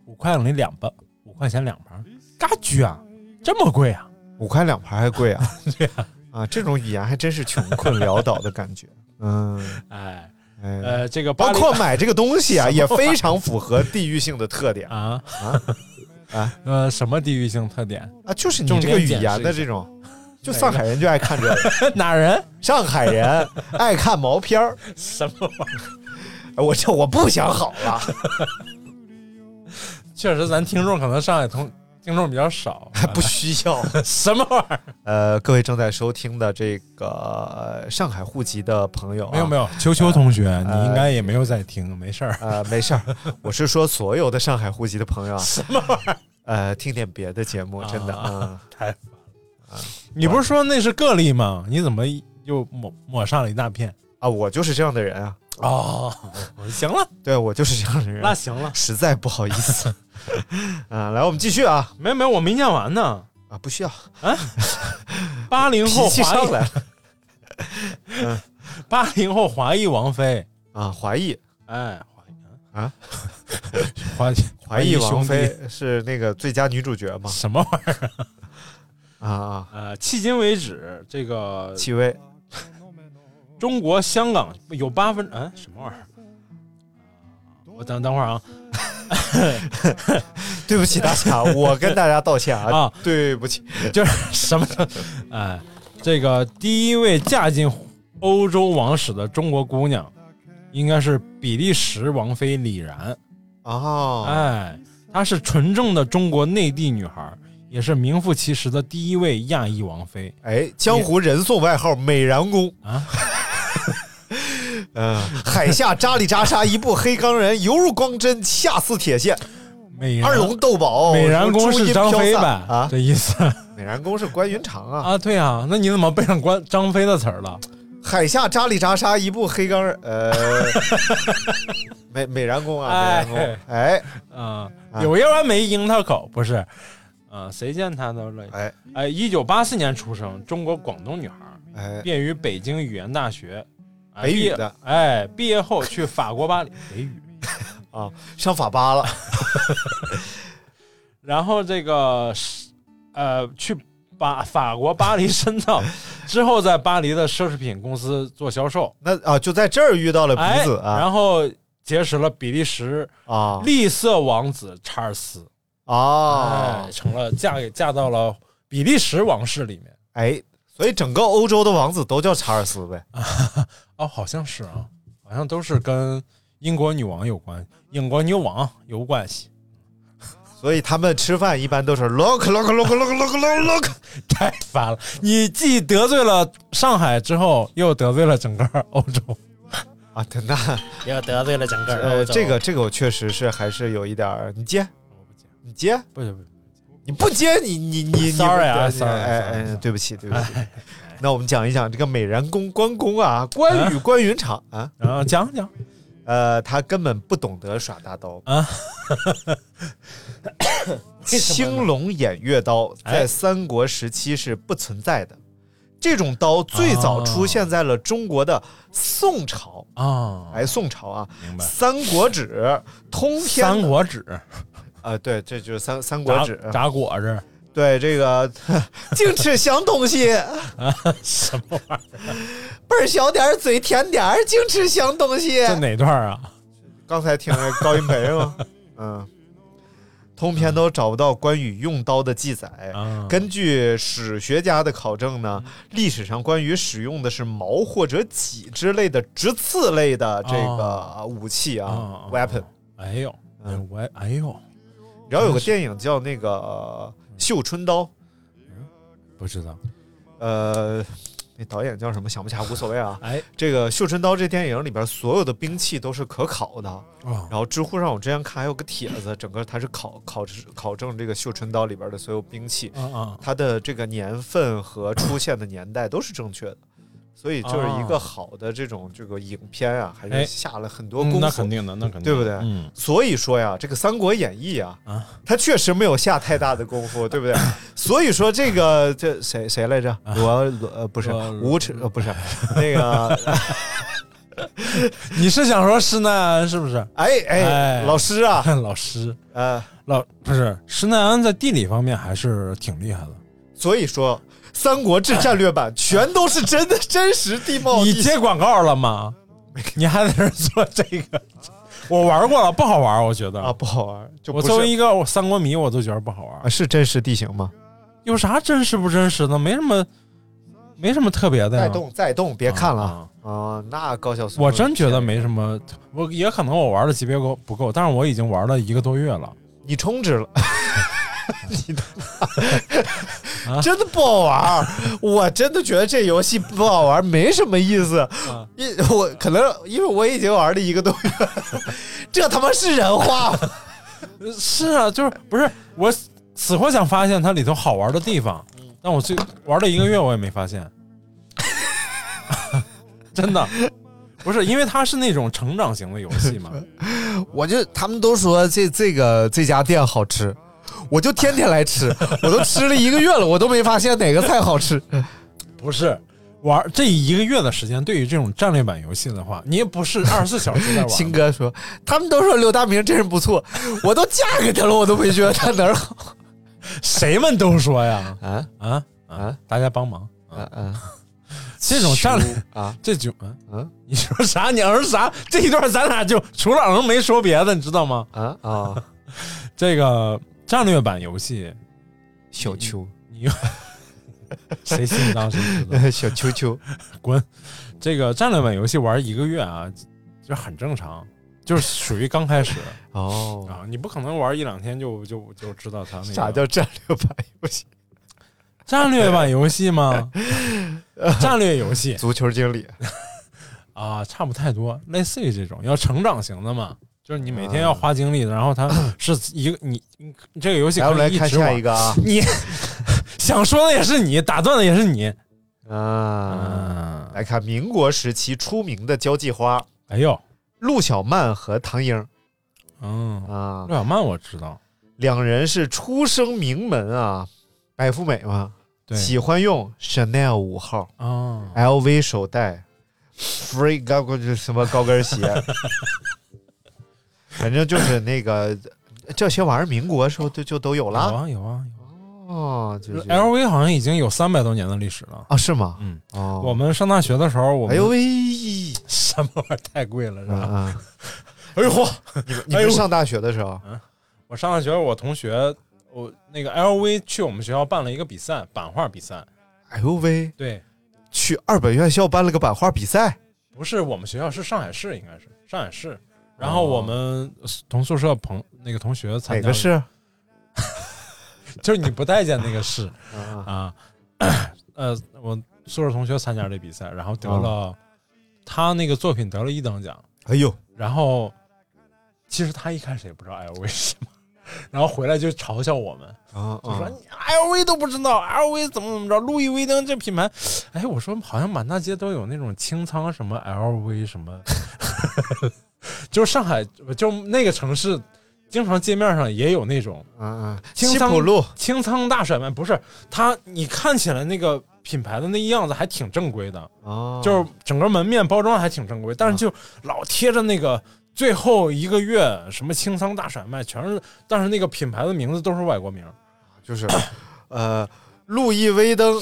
[SPEAKER 1] 五块零两包，五块钱两盘，嘎举啊，这么贵啊？
[SPEAKER 2] 五块两盘还贵啊？
[SPEAKER 1] [LAUGHS] 对啊，
[SPEAKER 2] 啊，这种语言还真是穷困潦倒的感觉。嗯，
[SPEAKER 1] 哎，
[SPEAKER 2] 哎。
[SPEAKER 1] 呃，这个巴
[SPEAKER 2] 包
[SPEAKER 1] 黎
[SPEAKER 2] 括买这个东西
[SPEAKER 1] [LAUGHS]
[SPEAKER 2] 啊，也非常符合地域性的特点啊
[SPEAKER 1] 啊 [LAUGHS]
[SPEAKER 2] 啊
[SPEAKER 1] 呃什么地域性特点？ [LAUGHS]
[SPEAKER 2] 啊！就是你
[SPEAKER 1] 重
[SPEAKER 2] 这
[SPEAKER 1] 点
[SPEAKER 2] 个语
[SPEAKER 1] 解释
[SPEAKER 2] 言
[SPEAKER 1] 一
[SPEAKER 2] 的
[SPEAKER 1] 下
[SPEAKER 2] 这种，就上海人就爱看这个，
[SPEAKER 1] 哪人？
[SPEAKER 2] 上海人爱看毛片儿。
[SPEAKER 1] 什么玩意儿？
[SPEAKER 2] 哎我这我不想好了，
[SPEAKER 1] 确实，咱听众可能上海同听众比较 [LAUGHS] 少，
[SPEAKER 2] 不需要 [LAUGHS]
[SPEAKER 1] 什么玩意儿。
[SPEAKER 2] 呃，各位正在收听的这个呃上海户籍的朋友啊、
[SPEAKER 1] 没有没有，秋秋同学，
[SPEAKER 2] 呃
[SPEAKER 1] 你应该也没有在听，没事儿。
[SPEAKER 2] 呃，没事儿，我是说所有的上海户籍的朋友啊，
[SPEAKER 1] 什么玩意儿？
[SPEAKER 2] 呃，听点别的节目，真的啊，
[SPEAKER 1] 太烦啊你不是说那是个例吗？你怎么又抹抹上了一大片？
[SPEAKER 2] 啊，我就是这样的人啊，
[SPEAKER 1] 哦， [LAUGHS] 行了，
[SPEAKER 2] 对我就是这样的人，
[SPEAKER 1] 那行了，
[SPEAKER 2] 实在不好意思 [LAUGHS] 啊，来，我们继续啊，
[SPEAKER 1] 没有没有，我没念完呢。
[SPEAKER 2] 啊，不
[SPEAKER 1] [LAUGHS]
[SPEAKER 2] 需要，
[SPEAKER 1] 八零后
[SPEAKER 2] 脾气
[SPEAKER 1] 华
[SPEAKER 2] 上来
[SPEAKER 1] 裔，八零后华裔王妃，
[SPEAKER 2] 啊，华裔
[SPEAKER 1] 哎，
[SPEAKER 2] 啊，
[SPEAKER 1] [LAUGHS] 华
[SPEAKER 2] 华裔王
[SPEAKER 1] 兄弟
[SPEAKER 2] 菲是那个最佳女主角嘛？
[SPEAKER 1] [LAUGHS] 什么玩意儿啊？
[SPEAKER 2] 啊啊，
[SPEAKER 1] 呃，迄今为止，这个
[SPEAKER 2] 戚薇
[SPEAKER 1] 中国香港有八分，嗯、什么玩意儿？我等等会儿啊 [LAUGHS]
[SPEAKER 2] 对不起大家，
[SPEAKER 1] [LAUGHS]
[SPEAKER 2] 我跟大家道歉啊，
[SPEAKER 1] 啊，
[SPEAKER 2] 对不起，
[SPEAKER 1] 就是什么，哎，这个第一位嫁进欧洲王室的中国姑娘，应该是比利时王妃李然。
[SPEAKER 2] 哦，
[SPEAKER 1] 哎，她是纯正的中国内地女孩，也是名副其实的第一位亚裔王妃。
[SPEAKER 2] 哎，江湖人送外号“美髯公”
[SPEAKER 1] 啊。
[SPEAKER 2] 嗯，海下扎里扎沙，一步黑钢人，犹如光针，恰似铁线。
[SPEAKER 1] 美
[SPEAKER 2] 二龙斗宝，
[SPEAKER 1] 美髯公
[SPEAKER 2] 朱
[SPEAKER 1] 是
[SPEAKER 2] 茵
[SPEAKER 1] 张
[SPEAKER 2] 飘
[SPEAKER 1] 飞
[SPEAKER 2] 散
[SPEAKER 1] 吧？
[SPEAKER 2] 啊，
[SPEAKER 1] 这意思
[SPEAKER 2] 美髯公是关云长啊。 [LAUGHS]
[SPEAKER 1] 啊？对啊，那你怎么背上关张飞的词儿了？
[SPEAKER 2] 海下扎里扎沙，一步黑钢人。
[SPEAKER 3] [LAUGHS]
[SPEAKER 2] 呃，美美髯公啊，美髯公
[SPEAKER 1] 哎，
[SPEAKER 2] 哎
[SPEAKER 1] 啊，
[SPEAKER 2] 啊
[SPEAKER 1] 柳叶弯眉樱桃口不是？啊，谁见他都累。
[SPEAKER 2] 哎
[SPEAKER 1] 哎，一九八四年出生，中国广东女孩，
[SPEAKER 2] 哎，
[SPEAKER 1] 毕业于北京语言大学，哎
[SPEAKER 2] 北语
[SPEAKER 1] 毕业
[SPEAKER 2] 的
[SPEAKER 1] 哎，毕业后去法国巴黎北语，
[SPEAKER 2] 啊，上法巴了。
[SPEAKER 1] 然后这个是呃去巴法国巴黎深造，之后在巴黎的奢侈品公司做销售，
[SPEAKER 2] 那啊，就在这儿遇到了
[SPEAKER 1] 哎
[SPEAKER 2] 彼此，啊
[SPEAKER 1] 然后结识了比利时
[SPEAKER 2] 啊
[SPEAKER 1] 栗色王子查尔斯，
[SPEAKER 2] 啊
[SPEAKER 1] 哎，，成了嫁给嫁到了比利时王室里面。
[SPEAKER 2] 哎，所以整个欧洲的王子都叫查尔斯呗。
[SPEAKER 1] 哦，好像是啊，好像都是跟英国女王有关，英国女王有关系。
[SPEAKER 2] 所以他们吃饭一般都是 look look look look look look look。
[SPEAKER 1] 太烦了！你既得罪了上海之后，又得罪了整个欧洲。
[SPEAKER 2] 啊，对那
[SPEAKER 3] 又得罪了整个
[SPEAKER 2] 呃，
[SPEAKER 3] 欧洲
[SPEAKER 2] 这个这个我确实是还是有一点儿，你接，你接，
[SPEAKER 1] 不行不行，
[SPEAKER 2] 你不接，你你你你
[SPEAKER 1] Sorry 啊
[SPEAKER 2] 你
[SPEAKER 1] sorry，
[SPEAKER 2] 哎
[SPEAKER 1] sorry，
[SPEAKER 2] 哎，
[SPEAKER 1] sorry 哎
[SPEAKER 2] 对不起对不起。那我们讲一讲这个美髯公关公啊，关羽关云长啊，
[SPEAKER 1] 然后讲讲
[SPEAKER 2] 呃，他根本不懂得耍大刀 [COUGHS]
[SPEAKER 1] 啊，
[SPEAKER 2] 青龙偃月刀在
[SPEAKER 1] 哎
[SPEAKER 2] 三国时期是不存在的，这种刀最早出现在了中国的宋朝。
[SPEAKER 1] 啊，
[SPEAKER 2] 哎，宋朝啊，
[SPEAKER 1] 明
[SPEAKER 2] 《
[SPEAKER 1] 白。
[SPEAKER 2] 三国志》通天
[SPEAKER 1] 三国纸，
[SPEAKER 2] 啊、对，这就是三《三国
[SPEAKER 1] 炸
[SPEAKER 2] 志》
[SPEAKER 1] 炸果子，
[SPEAKER 2] 对这个 [LAUGHS] 啊净吃香东西，
[SPEAKER 1] 什么玩意儿？
[SPEAKER 2] 倍儿小点儿，嘴甜点儿，净吃香东西。
[SPEAKER 1] 这哪段啊？
[SPEAKER 2] 刚才听了高音培 [LAUGHS] 吗？嗯，通篇都找不到关羽用刀的记载。
[SPEAKER 1] 啊，
[SPEAKER 2] 根据史学家的考证呢，历史上关羽使用的是矛或者戟之类的直刺类的这个武器啊、嗯
[SPEAKER 1] 啊
[SPEAKER 2] w e a p o n
[SPEAKER 1] 哎呦，哎我哎呦，
[SPEAKER 2] 然后有个电影叫那个《呃绣春刀》，
[SPEAKER 1] 不知道。
[SPEAKER 2] 呃，那导演叫什么想不起来，无所谓啊。 [LAUGHS]
[SPEAKER 1] 哎，
[SPEAKER 2] 这个《绣春刀》这电影里边所有的兵器都是可考的，
[SPEAKER 1] 哦
[SPEAKER 2] 然后知乎上我之前看还有个帖子，整个它是考考考证这个《绣春刀》里边的所有兵器，
[SPEAKER 1] 啊啊，
[SPEAKER 2] 它的这个年份和出现的年代都是正确的，所以就是一个好的这种这个影片啊，还是
[SPEAKER 1] 哦哎
[SPEAKER 2] 下了很多
[SPEAKER 1] 嗯
[SPEAKER 2] 功
[SPEAKER 1] 那
[SPEAKER 2] 夫
[SPEAKER 1] 肯。定的，那肯定的，
[SPEAKER 2] 对不对
[SPEAKER 1] 嗯
[SPEAKER 2] 所以说呀，这个《三国演义》啊，
[SPEAKER 1] 啊
[SPEAKER 2] 它确实没有下太大的功夫，对
[SPEAKER 1] [LAUGHS]
[SPEAKER 2] 不对？所以说这个这谁谁来着？罗罗呃不是
[SPEAKER 1] 啊罗哎
[SPEAKER 2] 吴耻呃不是那个
[SPEAKER 1] [LAUGHS] 你是想说施耐庵是不是？
[SPEAKER 2] 哎哎
[SPEAKER 1] 哎
[SPEAKER 2] 老师啊
[SPEAKER 1] [LAUGHS] 老师，
[SPEAKER 2] 呃，
[SPEAKER 1] 老不是施耐庵在地理方面还是挺厉害的。
[SPEAKER 2] 所以说《三国志战略版》全都是真的真实地貌
[SPEAKER 1] [LAUGHS] 你
[SPEAKER 2] 哦地形。
[SPEAKER 1] 接广告了吗？你还在这儿做这个？我玩过了，不好玩，我觉得。
[SPEAKER 2] 啊不好玩，就
[SPEAKER 1] 我
[SPEAKER 2] 不
[SPEAKER 1] 作为
[SPEAKER 2] 是
[SPEAKER 1] 一个三国迷，我都觉得不好
[SPEAKER 2] 啊
[SPEAKER 1] 玩。
[SPEAKER 2] 是真实地形吗？
[SPEAKER 1] 有啥真实不真实的？没什么，没什么特别的
[SPEAKER 2] 再
[SPEAKER 1] 呀。
[SPEAKER 2] 动再动，别看了啊
[SPEAKER 1] 啊
[SPEAKER 2] 那高晓松，
[SPEAKER 1] 我真觉得没什么，
[SPEAKER 2] [LAUGHS]
[SPEAKER 1] 我也可能我玩的级别够不够，但是我已经玩了一个多月了。
[SPEAKER 2] 你充值了，你他妈真的不好玩儿，我真的觉得这游戏不好玩儿，没什么意思。因我可能因为我已经玩了一个多月， [LAUGHS] 这他妈是人话吗？
[SPEAKER 1] 是啊，就是不是我死死活想发现它里头好玩的地方，但我最玩了一个月我也没发现， [LAUGHS] 真的不是因为它是那种成长型的游戏嘛，
[SPEAKER 2] [LAUGHS] 我就他们都说这这个这家店好吃，我就天天来吃，我都吃了一个月了，我都没发现哪个菜好吃。
[SPEAKER 1] 不是玩这一个月的时间，对于这种战略版游戏的话，你也不是二十四小时在
[SPEAKER 2] [LAUGHS]
[SPEAKER 1] 玩。
[SPEAKER 2] 新哥说，他们都说刘大明真是不错，我都嫁给他了，我都没觉得他哪儿好。
[SPEAKER 1] 谁们都说呀？
[SPEAKER 2] 啊
[SPEAKER 1] 啊啊！大家帮忙
[SPEAKER 2] 啊啊！
[SPEAKER 1] 这种战略
[SPEAKER 2] 啊，
[SPEAKER 1] 这种嗯
[SPEAKER 2] 嗯，
[SPEAKER 1] 你说啥？你儿啥？这一段咱俩就除了儿没说别的，你知道吗？
[SPEAKER 2] 啊啊！
[SPEAKER 1] 这个战略版游戏，
[SPEAKER 2] 小秋，
[SPEAKER 1] 你 [LAUGHS] 谁心里当谁知
[SPEAKER 2] [LAUGHS]
[SPEAKER 1] 道？
[SPEAKER 2] 小秋秋，
[SPEAKER 1] 滚！这个战略版游戏玩一个月啊，就很正常，就是属于刚开始
[SPEAKER 2] [LAUGHS] 哦，
[SPEAKER 1] 啊，你不可能玩一两天就就就知道它那个
[SPEAKER 2] 啥叫战略版游戏？
[SPEAKER 1] 战略版游戏吗？战略游戏
[SPEAKER 2] [LAUGHS] 足球经理
[SPEAKER 1] 啊，差不太多，类似于这种要成长型的嘛，就是你每天要花精力的，然后它是一个你你这个游戏
[SPEAKER 2] 来，我们
[SPEAKER 1] 可
[SPEAKER 2] 来
[SPEAKER 1] 以一
[SPEAKER 2] 看
[SPEAKER 1] 直
[SPEAKER 2] 下
[SPEAKER 1] 玩
[SPEAKER 2] 一。个啊
[SPEAKER 1] 你 [LAUGHS] 想说的也是你，打断的也是你。
[SPEAKER 2] 啊！
[SPEAKER 1] 嗯，
[SPEAKER 2] 来看民国时期出名的交际花
[SPEAKER 1] 哎呦，
[SPEAKER 2] 陆小曼和唐英
[SPEAKER 1] 嗯，
[SPEAKER 2] 啊
[SPEAKER 1] 陆，小曼我知道，
[SPEAKER 2] 两人是出生名门啊，白富美嘛，
[SPEAKER 1] 对
[SPEAKER 2] 喜欢用 Chanel 五号、
[SPEAKER 1] 啊，
[SPEAKER 2] LV 手袋、Free 高跟就是什么高跟鞋， [LAUGHS] 反正就是那个这些玩意儿，民国时候就就都有
[SPEAKER 1] 有
[SPEAKER 2] 了
[SPEAKER 1] 啊有啊有啊
[SPEAKER 2] 哦，就是
[SPEAKER 1] LV 好像已经有三百多年的历史了。
[SPEAKER 2] 啊，是吗？
[SPEAKER 1] 嗯，
[SPEAKER 2] 哦，
[SPEAKER 1] 我们上大学的时候，我
[SPEAKER 2] 哎
[SPEAKER 1] 们
[SPEAKER 2] 呦喂，
[SPEAKER 1] [LAUGHS] 什么玩意儿太贵了是
[SPEAKER 2] 啊
[SPEAKER 1] 吧？
[SPEAKER 2] 啊！
[SPEAKER 1] 哎呦嚯！
[SPEAKER 2] 你们你
[SPEAKER 1] 哎呦
[SPEAKER 2] 们上大学的时候
[SPEAKER 1] 我上大学，我同学，我那个 LV 去我们学校办了一个比赛，版画比赛。
[SPEAKER 2] ，LV
[SPEAKER 1] 对，
[SPEAKER 2] 哎去二本院校办了个版画比赛，
[SPEAKER 1] 不是我们学校，是上海市，应该是上海
[SPEAKER 2] 哦
[SPEAKER 1] 市。然后我们同宿舍朋那个同学参
[SPEAKER 2] 哪
[SPEAKER 1] 加，
[SPEAKER 2] 个市？
[SPEAKER 1] 就是你不待见那个市
[SPEAKER 2] [LAUGHS] 啊
[SPEAKER 1] 啊。呃，我宿舍同学参加这比赛，然后得
[SPEAKER 2] 哦
[SPEAKER 1] 了，他那个作品得了一等奖。
[SPEAKER 2] 哎呦，
[SPEAKER 1] 然后其实他一开始也不知道 LV 是什么， [LAUGHS] 然后回来就嘲笑我们，
[SPEAKER 2] 啊
[SPEAKER 1] 就说
[SPEAKER 2] 啊
[SPEAKER 1] 你 LV 都不知道，LV 怎么怎么着，路易威登这品牌，哎，我说好像满大街都有那种清仓什么 LV 什么， [LAUGHS] 就是上海就那个城市，经常街面上也有那种
[SPEAKER 2] 啊啊！
[SPEAKER 1] 清
[SPEAKER 2] 西
[SPEAKER 1] 仓
[SPEAKER 2] 浦路
[SPEAKER 1] 清仓大甩卖，不是他，你看起来那个品牌的那样子还挺正规的，
[SPEAKER 2] 啊，
[SPEAKER 1] 就是整个门面包装还挺正规，但是就老贴着那个最后一个月什么清仓大甩卖，全是，但是那个品牌的名字都是外国名，
[SPEAKER 2] 就是，呃，路易威登，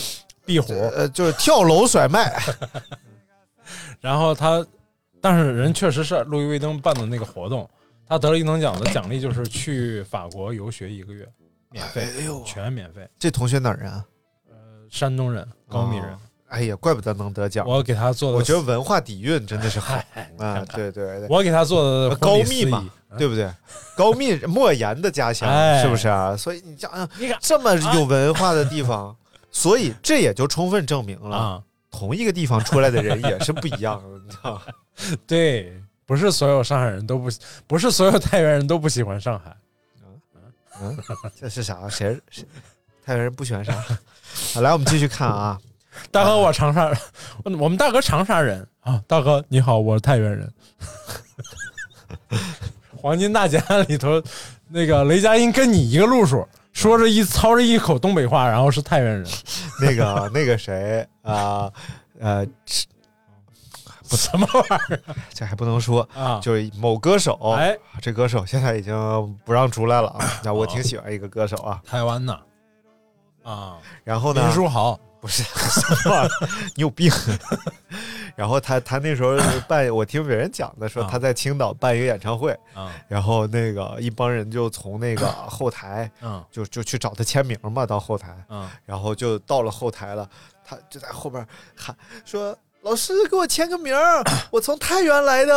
[SPEAKER 1] 壁虎。
[SPEAKER 2] 呃，就是跳楼甩卖，
[SPEAKER 1] 然后他，但是人确实是路易威登办的那个活动，他得了一等奖的奖励就是去法国游学一个月，免费，
[SPEAKER 2] 哎
[SPEAKER 1] 全免费。
[SPEAKER 2] 这同学哪儿人啊？
[SPEAKER 1] 呃山东人，高密人，
[SPEAKER 2] 哦哎呀，怪不得能得奖。
[SPEAKER 1] 我给他做的，
[SPEAKER 2] 我觉得文化底蕴真的是 [LAUGHS] 好啊
[SPEAKER 1] 看，看
[SPEAKER 2] 对对对，
[SPEAKER 1] 我给他做的
[SPEAKER 2] 呃高
[SPEAKER 1] 婚礼
[SPEAKER 2] 密
[SPEAKER 1] 司仪嗯
[SPEAKER 2] 嘛，对不对？高密莫言的家乡
[SPEAKER 1] 哎
[SPEAKER 2] 是不是啊？所以你想想
[SPEAKER 1] 你看啊
[SPEAKER 2] 这么有文化的地
[SPEAKER 1] [LAUGHS]
[SPEAKER 2] 方，所以这也就充分证明了，
[SPEAKER 1] 啊，
[SPEAKER 2] 同一个地方出来的人也是不一样
[SPEAKER 1] [LAUGHS]
[SPEAKER 2] 的，你知道吗？
[SPEAKER 1] 对，不是所有上海人都不，不是所有太原人都不喜欢上海。
[SPEAKER 2] 嗯，这是啥？谁谁？太原人不喜欢啥？好，来，我们继续看啊。
[SPEAKER 1] 大哥，我长沙， [LAUGHS] 我们大哥长沙人啊。大哥你好，我是太原人。 [LAUGHS] 黄金大劫案里头，那个雷佳音跟你一个路数，说着一操着一口东北话，然后是太原人，
[SPEAKER 2] [LAUGHS] 那个那个谁啊，呃，这
[SPEAKER 1] [LAUGHS] 什么玩意
[SPEAKER 2] 这还不能说，
[SPEAKER 1] 儿 [LAUGHS] 啊？
[SPEAKER 2] 就是哦某歌手，
[SPEAKER 1] 哎，
[SPEAKER 2] 这歌手现在已经不让出来了啊。那我
[SPEAKER 1] 哦
[SPEAKER 2] 挺喜欢一个歌手啊，
[SPEAKER 1] 台湾的啊，
[SPEAKER 2] 然后呢
[SPEAKER 1] 林，书豪
[SPEAKER 2] 不是， [LAUGHS] 什么玩意儿你有病。然后他他那时候办，我听别人讲的说
[SPEAKER 1] 啊
[SPEAKER 2] 他在青岛办一个演唱会，
[SPEAKER 1] 啊，
[SPEAKER 2] 然后那个一帮人就从那个后台
[SPEAKER 1] 嗯
[SPEAKER 2] 就就去找他签名嘛，到后台，
[SPEAKER 1] 嗯，
[SPEAKER 2] 然后就到了后台了，他就在后边喊
[SPEAKER 1] [COUGHS]
[SPEAKER 2] 说：“老师，给我签个名儿，我从太原来的。”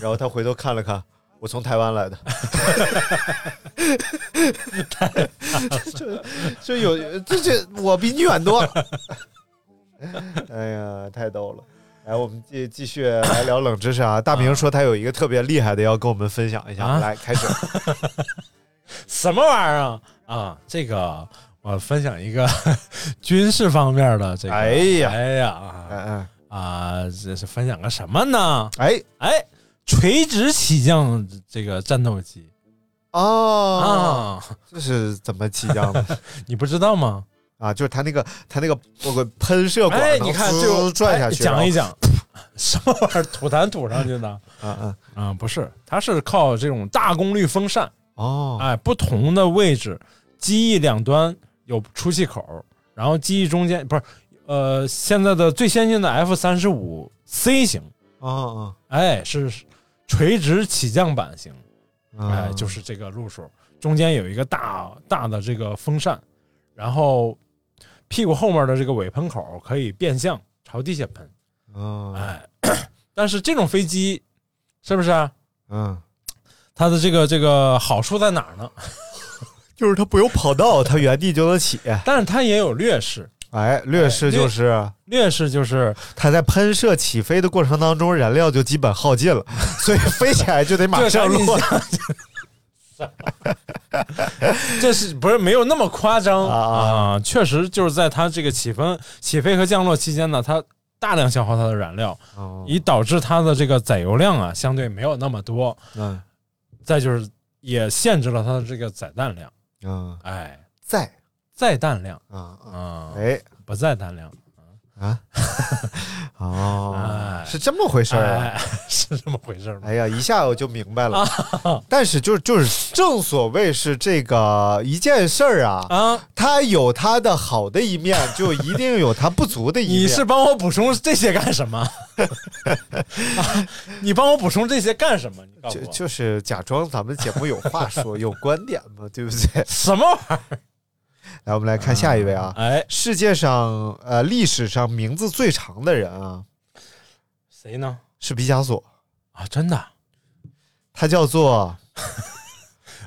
[SPEAKER 2] 然后他回头看了看，我从台湾来
[SPEAKER 1] [LAUGHS]
[SPEAKER 2] 的，就就有这这我比你远
[SPEAKER 1] [LAUGHS]
[SPEAKER 2] 多了。哎呀，太逗了！来，我们继继续来聊冷知识啊。大明说他有一个特别厉害的要跟我们分享一下，
[SPEAKER 3] 啊
[SPEAKER 2] 来开始。
[SPEAKER 1] 什么玩意儿啊？啊，这个我分享一个 [LAUGHS] 军事方面的 [LAUGHS] 这个。
[SPEAKER 2] 哎呀
[SPEAKER 1] 呀，哎呀，
[SPEAKER 2] 嗯
[SPEAKER 1] 啊，这是分享个什么呢？
[SPEAKER 2] 哎
[SPEAKER 1] 哎，垂直起降这个战斗机
[SPEAKER 2] 哦，
[SPEAKER 1] 啊，
[SPEAKER 2] 这是怎么起降的？
[SPEAKER 1] 你不知道吗？
[SPEAKER 2] 啊，就是他那个他那个我个喷射管，
[SPEAKER 1] 哎，
[SPEAKER 2] 能
[SPEAKER 1] 你看
[SPEAKER 2] 滋
[SPEAKER 1] 就
[SPEAKER 2] 拽下
[SPEAKER 1] 哎
[SPEAKER 2] 去，
[SPEAKER 1] 讲一讲 [LAUGHS] 什么玩意儿，吐痰吐上去的。
[SPEAKER 2] 然后。啊
[SPEAKER 1] 啊，不是，它是靠这种大功率风扇，
[SPEAKER 2] 啊哦，
[SPEAKER 1] 哎，不同的位置，机翼两端有出气口，然后机翼中间不是，呃，现在的最先进的 F 三十五 C 型，
[SPEAKER 2] 哦哦，
[SPEAKER 1] 哎，是垂直起降版型，
[SPEAKER 2] 哦
[SPEAKER 1] 哎，就是这个路数，中间有一个大大的这个风扇，然后屁股后面的这个尾喷口可以变向朝地下喷，
[SPEAKER 2] 哦
[SPEAKER 1] 哎， [COUGHS] 但是这种飞机是不是啊？
[SPEAKER 2] 嗯，
[SPEAKER 1] 它的这个这个好处在哪儿呢？
[SPEAKER 2] 就是它不用跑道，它原地就能起。
[SPEAKER 1] 但是它也有劣势，
[SPEAKER 2] [LAUGHS] 哎，劣势就是
[SPEAKER 1] 劣势就是
[SPEAKER 2] 它在喷射起飞的过程当中，燃料就基本耗尽了， [LAUGHS] 所以飞起来就
[SPEAKER 1] [LAUGHS]
[SPEAKER 2] 得马上落。
[SPEAKER 1] 这赶紧讲这是不是没有那么夸张
[SPEAKER 2] 啊啊
[SPEAKER 1] 啊？确实就是在它这个起分、起飞和降落期间呢，它大量消耗它的燃料，
[SPEAKER 2] 哦
[SPEAKER 1] 以导致它的这个载油量啊相对没有那么多。
[SPEAKER 2] 嗯
[SPEAKER 1] 再就是也限制了它的这个载弹量，
[SPEAKER 2] 嗯，
[SPEAKER 1] 哎，
[SPEAKER 2] 在
[SPEAKER 1] 载弹量
[SPEAKER 2] 啊啊，
[SPEAKER 1] 啊，
[SPEAKER 2] 哎
[SPEAKER 1] 不载弹量，
[SPEAKER 2] 啊，哦
[SPEAKER 1] 哎，
[SPEAKER 2] 是这么回事儿啊。
[SPEAKER 1] 哎， [LAUGHS] 是这么回事儿吗？
[SPEAKER 2] 哎呀，一下我就明白了，
[SPEAKER 1] 啊
[SPEAKER 2] 但是就是就是正所谓是这个一件事儿啊，
[SPEAKER 1] 啊，
[SPEAKER 2] 它有它的好的一面，就一定有它不足的一面。
[SPEAKER 1] 你是帮我补充这些干
[SPEAKER 2] [LAUGHS]
[SPEAKER 1] 什么？啊、你帮我补充这些干什么？你告诉
[SPEAKER 2] 就
[SPEAKER 1] 我，
[SPEAKER 2] 就是假装咱们节目有话说，有观点嘛，对不对？ [LAUGHS]
[SPEAKER 1] 什么玩意儿？
[SPEAKER 2] 来，我们来看下一位啊，
[SPEAKER 1] 哎，
[SPEAKER 2] 世界上呃历史上名字最长的人啊
[SPEAKER 1] 谁呢？
[SPEAKER 2] 是毕加索，
[SPEAKER 1] 啊，真的，
[SPEAKER 2] 他叫 [LAUGHS] 做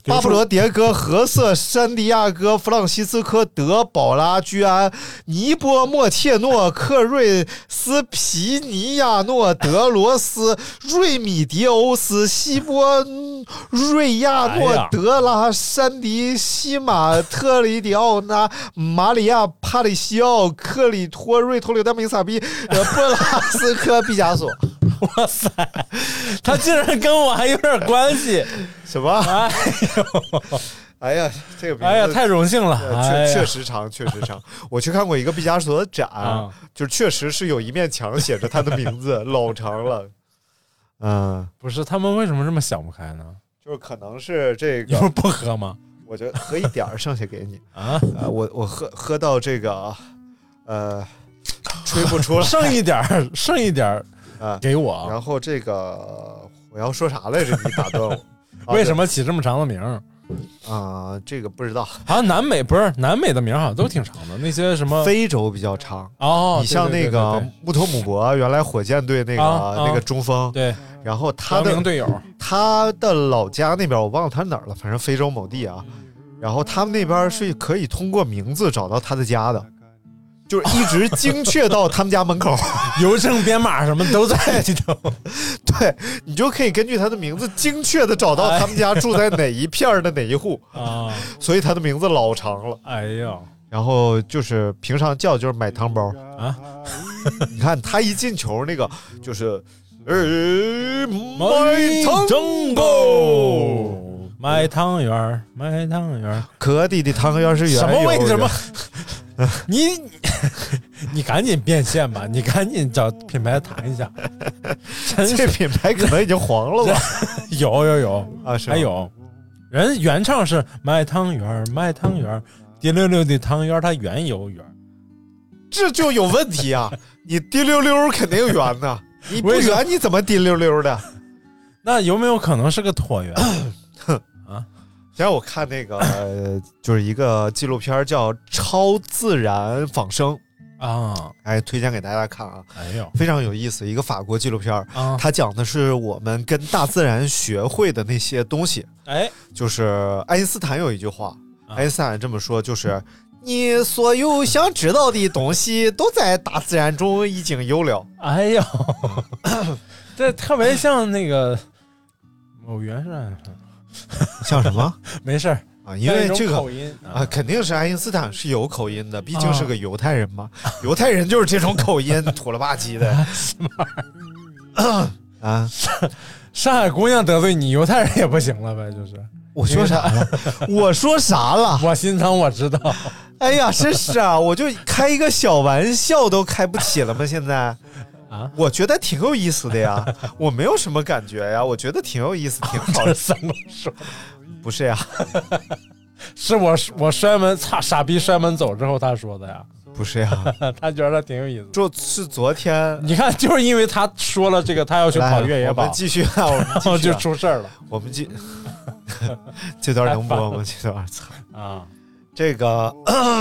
[SPEAKER 1] 刘
[SPEAKER 2] 巴
[SPEAKER 1] 叔
[SPEAKER 2] 布罗迭戈、何塞、山迪亚哥、弗朗西斯科·德保拉居安、尼波莫切诺、克瑞斯皮尼亚诺、德罗斯、瑞米迪欧斯、西波瑞亚诺、
[SPEAKER 1] 哎呀
[SPEAKER 2] 德拉山迪、西马特里迪奥纳、马里亚帕里西奥、克里托瑞托柳德明萨比、呃布拉斯科、毕加索，
[SPEAKER 1] [LAUGHS] 哇塞，他竟然跟我还有点关系，
[SPEAKER 2] 什么？ [LAUGHS]
[SPEAKER 1] 哎
[SPEAKER 2] 哎呀，这个名字
[SPEAKER 1] 哎呀，太荣幸了，哎
[SPEAKER 2] 呃
[SPEAKER 1] 呀
[SPEAKER 2] 确确实长，确实
[SPEAKER 1] [LAUGHS]
[SPEAKER 2] 长。我去看过一个毕加索的展，
[SPEAKER 1] 啊
[SPEAKER 2] 就是确实是有一面墙写着他的名字，老长了。嗯，
[SPEAKER 1] 不是他们为什么这么想不开呢？
[SPEAKER 2] 就是可能是这
[SPEAKER 1] 你不是
[SPEAKER 2] 个，
[SPEAKER 1] 不
[SPEAKER 2] [LAUGHS]
[SPEAKER 1] 喝吗？
[SPEAKER 2] 我觉得喝一点儿，剩下给你。
[SPEAKER 1] [LAUGHS] 啊，
[SPEAKER 2] 呃，我我喝喝到这个，呃，吹不出
[SPEAKER 1] [LAUGHS]
[SPEAKER 2] 来
[SPEAKER 1] 剩一点儿，剩一点儿
[SPEAKER 2] 啊。
[SPEAKER 1] 给我。
[SPEAKER 2] 然后这个我要说啥来着？你打断
[SPEAKER 1] [LAUGHS]
[SPEAKER 2] 我。啊
[SPEAKER 1] 为什么起这么长的名儿？
[SPEAKER 2] 对啊、这个不知道。
[SPEAKER 1] 好像南美不是南美的名儿，好像都挺长的。那些什么
[SPEAKER 2] 非洲比较长，
[SPEAKER 1] 哦，
[SPEAKER 2] 你像
[SPEAKER 1] 对
[SPEAKER 2] 那个穆托姆博，原来火箭队那个、
[SPEAKER 1] 啊啊
[SPEAKER 2] 那个中锋，
[SPEAKER 1] 对对对对对
[SPEAKER 2] 然后他
[SPEAKER 1] 姚
[SPEAKER 2] 的
[SPEAKER 1] 明队友
[SPEAKER 2] 他的老家那边我忘了他哪儿了，反正非洲某地啊。然后他们那边是可以通过名字找到他的家的，就是一直精确到他们家门口。 [LAUGHS]
[SPEAKER 1] 邮政编码什么都在里头。
[SPEAKER 2] 对你就可以根据他的名字精确的找到他们家住在哪一片儿的哪一户，
[SPEAKER 1] 啊，
[SPEAKER 2] 所以他的名字老长了。
[SPEAKER 1] 哎呦
[SPEAKER 2] 然后就是平常叫就是买汤包，
[SPEAKER 1] 啊，
[SPEAKER 2] 你看他一进球那个就是，呃，买汤包。
[SPEAKER 1] 购，买汤圆儿，买汤圆儿，
[SPEAKER 2] 可地的汤圆是圆
[SPEAKER 1] 什么
[SPEAKER 2] 油
[SPEAKER 1] 味
[SPEAKER 2] 的 [LAUGHS]
[SPEAKER 1] 什么？你 [LAUGHS] 你赶紧变现吧，你赶紧找品牌
[SPEAKER 2] [LAUGHS]
[SPEAKER 1] 谈一下。真
[SPEAKER 2] 这
[SPEAKER 1] 是
[SPEAKER 2] 品牌可能已经黄了 [LAUGHS] 吧？
[SPEAKER 1] 有有有，
[SPEAKER 2] 啊，是吗
[SPEAKER 1] 还有人原唱是买汤圆儿，买汤圆儿，滴溜溜的汤圆儿，它原有圆儿。
[SPEAKER 2] 这就有问题啊！ [LAUGHS] 你滴溜溜肯定圆 [LAUGHS] 呐，你不
[SPEAKER 1] 为什么
[SPEAKER 2] 圆你怎么滴溜溜的？
[SPEAKER 1] 那有没有可能是个椭圆？
[SPEAKER 2] 前我 [LAUGHS] 看那个、呃就是一个纪录片叫《超自然仿生》，
[SPEAKER 1] 啊，
[SPEAKER 2] 哎，推荐给大家看啊，
[SPEAKER 1] 哎呦，
[SPEAKER 2] 非常有意思，一个法国纪录片儿
[SPEAKER 1] 啊
[SPEAKER 2] 它讲的是我们跟大自然学会的那些东西。
[SPEAKER 1] 哎，
[SPEAKER 2] 就是爱因斯坦有一句话，爱因斯坦这么说，就是你所有想知道的东西都在大自然中已经有了。
[SPEAKER 1] 哎呦，这特别像那个某元帅，
[SPEAKER 2] [LAUGHS] 像什么？
[SPEAKER 1] 没事儿
[SPEAKER 2] 啊，因为这
[SPEAKER 1] 带一
[SPEAKER 2] 个
[SPEAKER 1] 种口音
[SPEAKER 2] 啊，肯定是爱因斯坦是有口音的，毕竟是个犹太人 [LAUGHS] 嘛，犹太人就是这种口音，土了吧唧的。啊，
[SPEAKER 1] 上海姑娘得罪你，犹太人也不行了呗？就是
[SPEAKER 2] 我说啥了？ [LAUGHS] 我说啥了？
[SPEAKER 1] 我心疼，我知道。
[SPEAKER 2] [LAUGHS] 哎呀，真是啊！我就开一个小玩笑都开不起了
[SPEAKER 1] [LAUGHS]
[SPEAKER 2] 吗？现在
[SPEAKER 1] 啊，
[SPEAKER 2] 我觉得挺有意思的
[SPEAKER 1] [LAUGHS]
[SPEAKER 2] 呀，我没有什么感觉呀，我觉得挺有意思，挺好
[SPEAKER 1] 这
[SPEAKER 2] 的。
[SPEAKER 1] 三个说，
[SPEAKER 2] 不是呀，
[SPEAKER 1] 是我我摔门，擦傻逼摔门走之后他说的呀， [LAUGHS]
[SPEAKER 2] 不是呀，
[SPEAKER 1] 他觉得挺有意思。
[SPEAKER 2] 就是昨天
[SPEAKER 1] 你看，就是因为他说了这个，他要去跑越野
[SPEAKER 2] 来我
[SPEAKER 1] 跑
[SPEAKER 2] 们，继续
[SPEAKER 1] [LAUGHS]
[SPEAKER 2] 啊，我们
[SPEAKER 1] 然
[SPEAKER 2] 继
[SPEAKER 1] 后
[SPEAKER 2] 续
[SPEAKER 1] 就
[SPEAKER 2] 啊、
[SPEAKER 1] 出事儿了
[SPEAKER 2] 我们继 [LAUGHS] 这段能播吗？这段操，
[SPEAKER 1] 啊！
[SPEAKER 2] 这个 [CLEARS THROAT]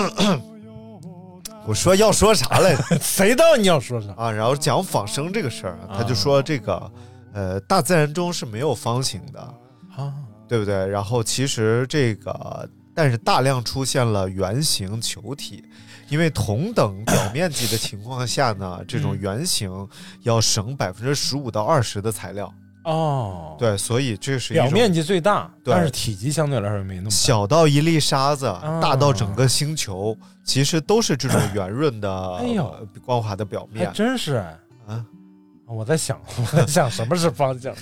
[SPEAKER 2] 我说要说啥来着？
[SPEAKER 1] 谁知道你要说啥？
[SPEAKER 2] 啊，然后讲仿生这个事儿，他就
[SPEAKER 1] 啊
[SPEAKER 2] 说这个，呃，大自然中是没有方形的，
[SPEAKER 1] 啊
[SPEAKER 2] 对不对？然后其实这个，但是大量出现了圆形球体，因为同等表面积的情况下呢，这种
[SPEAKER 1] 嗯
[SPEAKER 2] 圆形要省百分之十五到二十的材料，
[SPEAKER 1] 哦，，
[SPEAKER 2] 对，所以这是一
[SPEAKER 1] 表面
[SPEAKER 2] 种
[SPEAKER 1] 积最大，
[SPEAKER 2] 对
[SPEAKER 1] 但是体积相对来说没那么大
[SPEAKER 2] 小到一粒沙子，
[SPEAKER 1] 啊
[SPEAKER 2] 大到整个星球，其实都是这种圆润的、
[SPEAKER 1] 哎呦
[SPEAKER 2] 呃光滑的表面
[SPEAKER 1] 还。真是哎
[SPEAKER 2] 啊，
[SPEAKER 1] 我在想， [LAUGHS] 我在想什么是方 [LAUGHS] 向，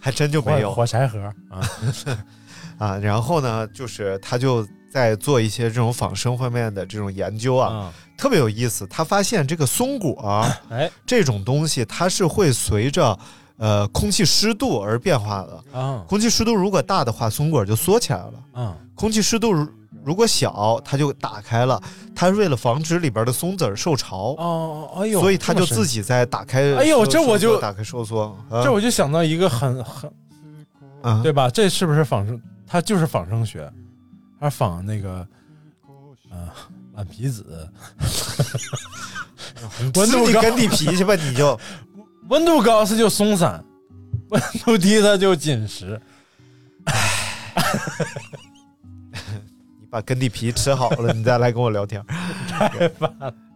[SPEAKER 2] 还真就没有
[SPEAKER 1] 火火柴盒啊，
[SPEAKER 2] 啊，然后呢，就是他就在做一些这种仿生方面的这种研究啊，
[SPEAKER 1] 啊，
[SPEAKER 2] 特别有意思。他发现这个松果、
[SPEAKER 1] [COUGHS] 哎
[SPEAKER 2] 这种东西，它是会随着呃空气湿度而变化的。
[SPEAKER 1] 啊
[SPEAKER 2] 空气湿度如果大的话，松果就缩起来了；
[SPEAKER 1] 啊
[SPEAKER 2] 空气湿度如如果小，它就打开了。它为了防止里边的松子儿受潮，
[SPEAKER 1] 哦，哎呦，
[SPEAKER 2] 所以它就自
[SPEAKER 1] 这么神奇，
[SPEAKER 2] 己在打开收。
[SPEAKER 1] 哎呦这我
[SPEAKER 2] 收缩
[SPEAKER 1] 就
[SPEAKER 2] 打开收缩。啊
[SPEAKER 1] 这我就想到一个很很
[SPEAKER 2] 啊
[SPEAKER 1] 对吧？这是不是仿生？它就是仿生学，它仿那个，呃，蓝皮
[SPEAKER 2] [LAUGHS]
[SPEAKER 1] 子，温
[SPEAKER 2] 吃
[SPEAKER 1] 度
[SPEAKER 2] 你
[SPEAKER 1] 高
[SPEAKER 2] 跟地皮去吧，你就
[SPEAKER 1] 温度高它就松散，温度低它就紧实。
[SPEAKER 2] 你把根地皮吃好了，你再来跟我聊天。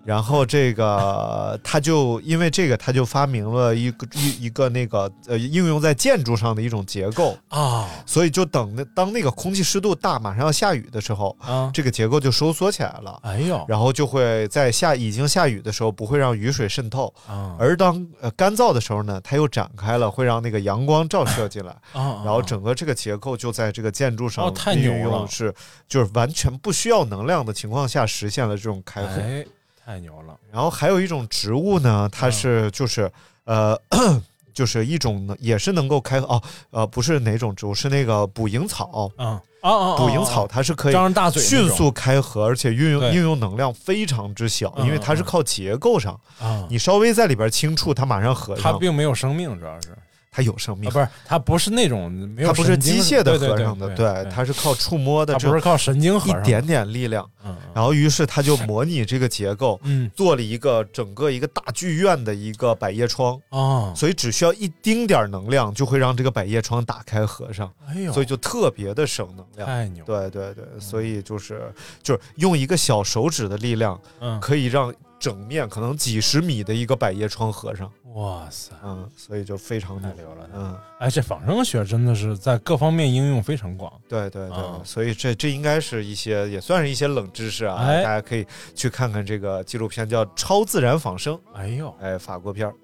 [SPEAKER 2] 然后这个他就因为这个，他就发明了一个一一个那个呃应用在建筑上的一种结构，
[SPEAKER 1] 啊
[SPEAKER 2] 所以就等那当那个空气湿度大，马上要下雨的时候，
[SPEAKER 1] 啊！
[SPEAKER 2] 这个结构就收缩起来了。
[SPEAKER 1] 哎呦
[SPEAKER 2] 然后就会在下已经下雨的时候，不会让雨水渗透；
[SPEAKER 1] 啊！
[SPEAKER 2] 而当呃干燥的时候呢，它又展开了，会让那个阳光照射进来。
[SPEAKER 1] 啊，
[SPEAKER 2] 然后整个这个结构就在这个建筑上
[SPEAKER 1] 哦太
[SPEAKER 2] 运
[SPEAKER 1] 牛
[SPEAKER 2] 用
[SPEAKER 1] 了
[SPEAKER 2] 是，就是完全不需要能量的情况下实现了这种开合。
[SPEAKER 1] 哎，太牛了！
[SPEAKER 2] 然后还有一种植物呢，它
[SPEAKER 1] 嗯
[SPEAKER 2] 是就是呃。 [CLEARS THROAT] 就是一种能也是能够开哦，呃，不是哪种植物，是那个捕蝇草。
[SPEAKER 1] 啊啊
[SPEAKER 2] 嗯
[SPEAKER 1] 啊！
[SPEAKER 2] 捕蝇草它是可以
[SPEAKER 1] 张着大嘴那种
[SPEAKER 2] 迅速开合，而且运用
[SPEAKER 1] 对
[SPEAKER 2] 应用能量非常之小，因为它是
[SPEAKER 1] 嗯嗯嗯
[SPEAKER 2] 靠结构上，
[SPEAKER 1] 啊，
[SPEAKER 2] 你稍微在里边轻触，它马上合
[SPEAKER 1] 它
[SPEAKER 2] 上，
[SPEAKER 1] 并没有生命，主要是啊，
[SPEAKER 2] 它有生命，
[SPEAKER 1] 不是它不是那种没有
[SPEAKER 2] 它不是
[SPEAKER 1] 神经
[SPEAKER 2] 机械的合
[SPEAKER 1] 对
[SPEAKER 2] 上的，
[SPEAKER 1] 对，
[SPEAKER 2] 它是靠触摸的，
[SPEAKER 1] 它
[SPEAKER 2] 这
[SPEAKER 1] 不是靠神经合
[SPEAKER 2] 一
[SPEAKER 1] 上的
[SPEAKER 2] 点点力量。
[SPEAKER 1] 嗯
[SPEAKER 2] 然后于是他就模拟这个结构， [LAUGHS]
[SPEAKER 1] 嗯
[SPEAKER 2] 做了一个整个一个大剧院的一个百叶窗，
[SPEAKER 1] 啊，
[SPEAKER 2] 所以只需要一丁点儿能量就会让这个百叶窗打开合上，
[SPEAKER 1] 哎呦，哎嗯
[SPEAKER 2] 所以就特别的省能量。
[SPEAKER 1] 太牛
[SPEAKER 2] 对
[SPEAKER 1] 了，
[SPEAKER 2] 对对，所以就是就是用一个小手指的力量，
[SPEAKER 1] 嗯，
[SPEAKER 2] 可以让整面可能几十米的一个百叶窗合上，
[SPEAKER 1] 哇塞，
[SPEAKER 2] 嗯，所以就非常
[SPEAKER 1] 太
[SPEAKER 2] 牛，
[SPEAKER 1] 牛了！
[SPEAKER 2] 嗯，
[SPEAKER 1] 哎，这仿生学真的是在各方面应用非常广。
[SPEAKER 2] 对对对，
[SPEAKER 1] 啊
[SPEAKER 2] 所以这这应该是一些也算是一些冷知识啊，
[SPEAKER 1] 哎
[SPEAKER 2] 大家可以去看看这个纪录片叫《超自然仿生》，
[SPEAKER 1] 哎呦
[SPEAKER 2] 哎，法国片儿，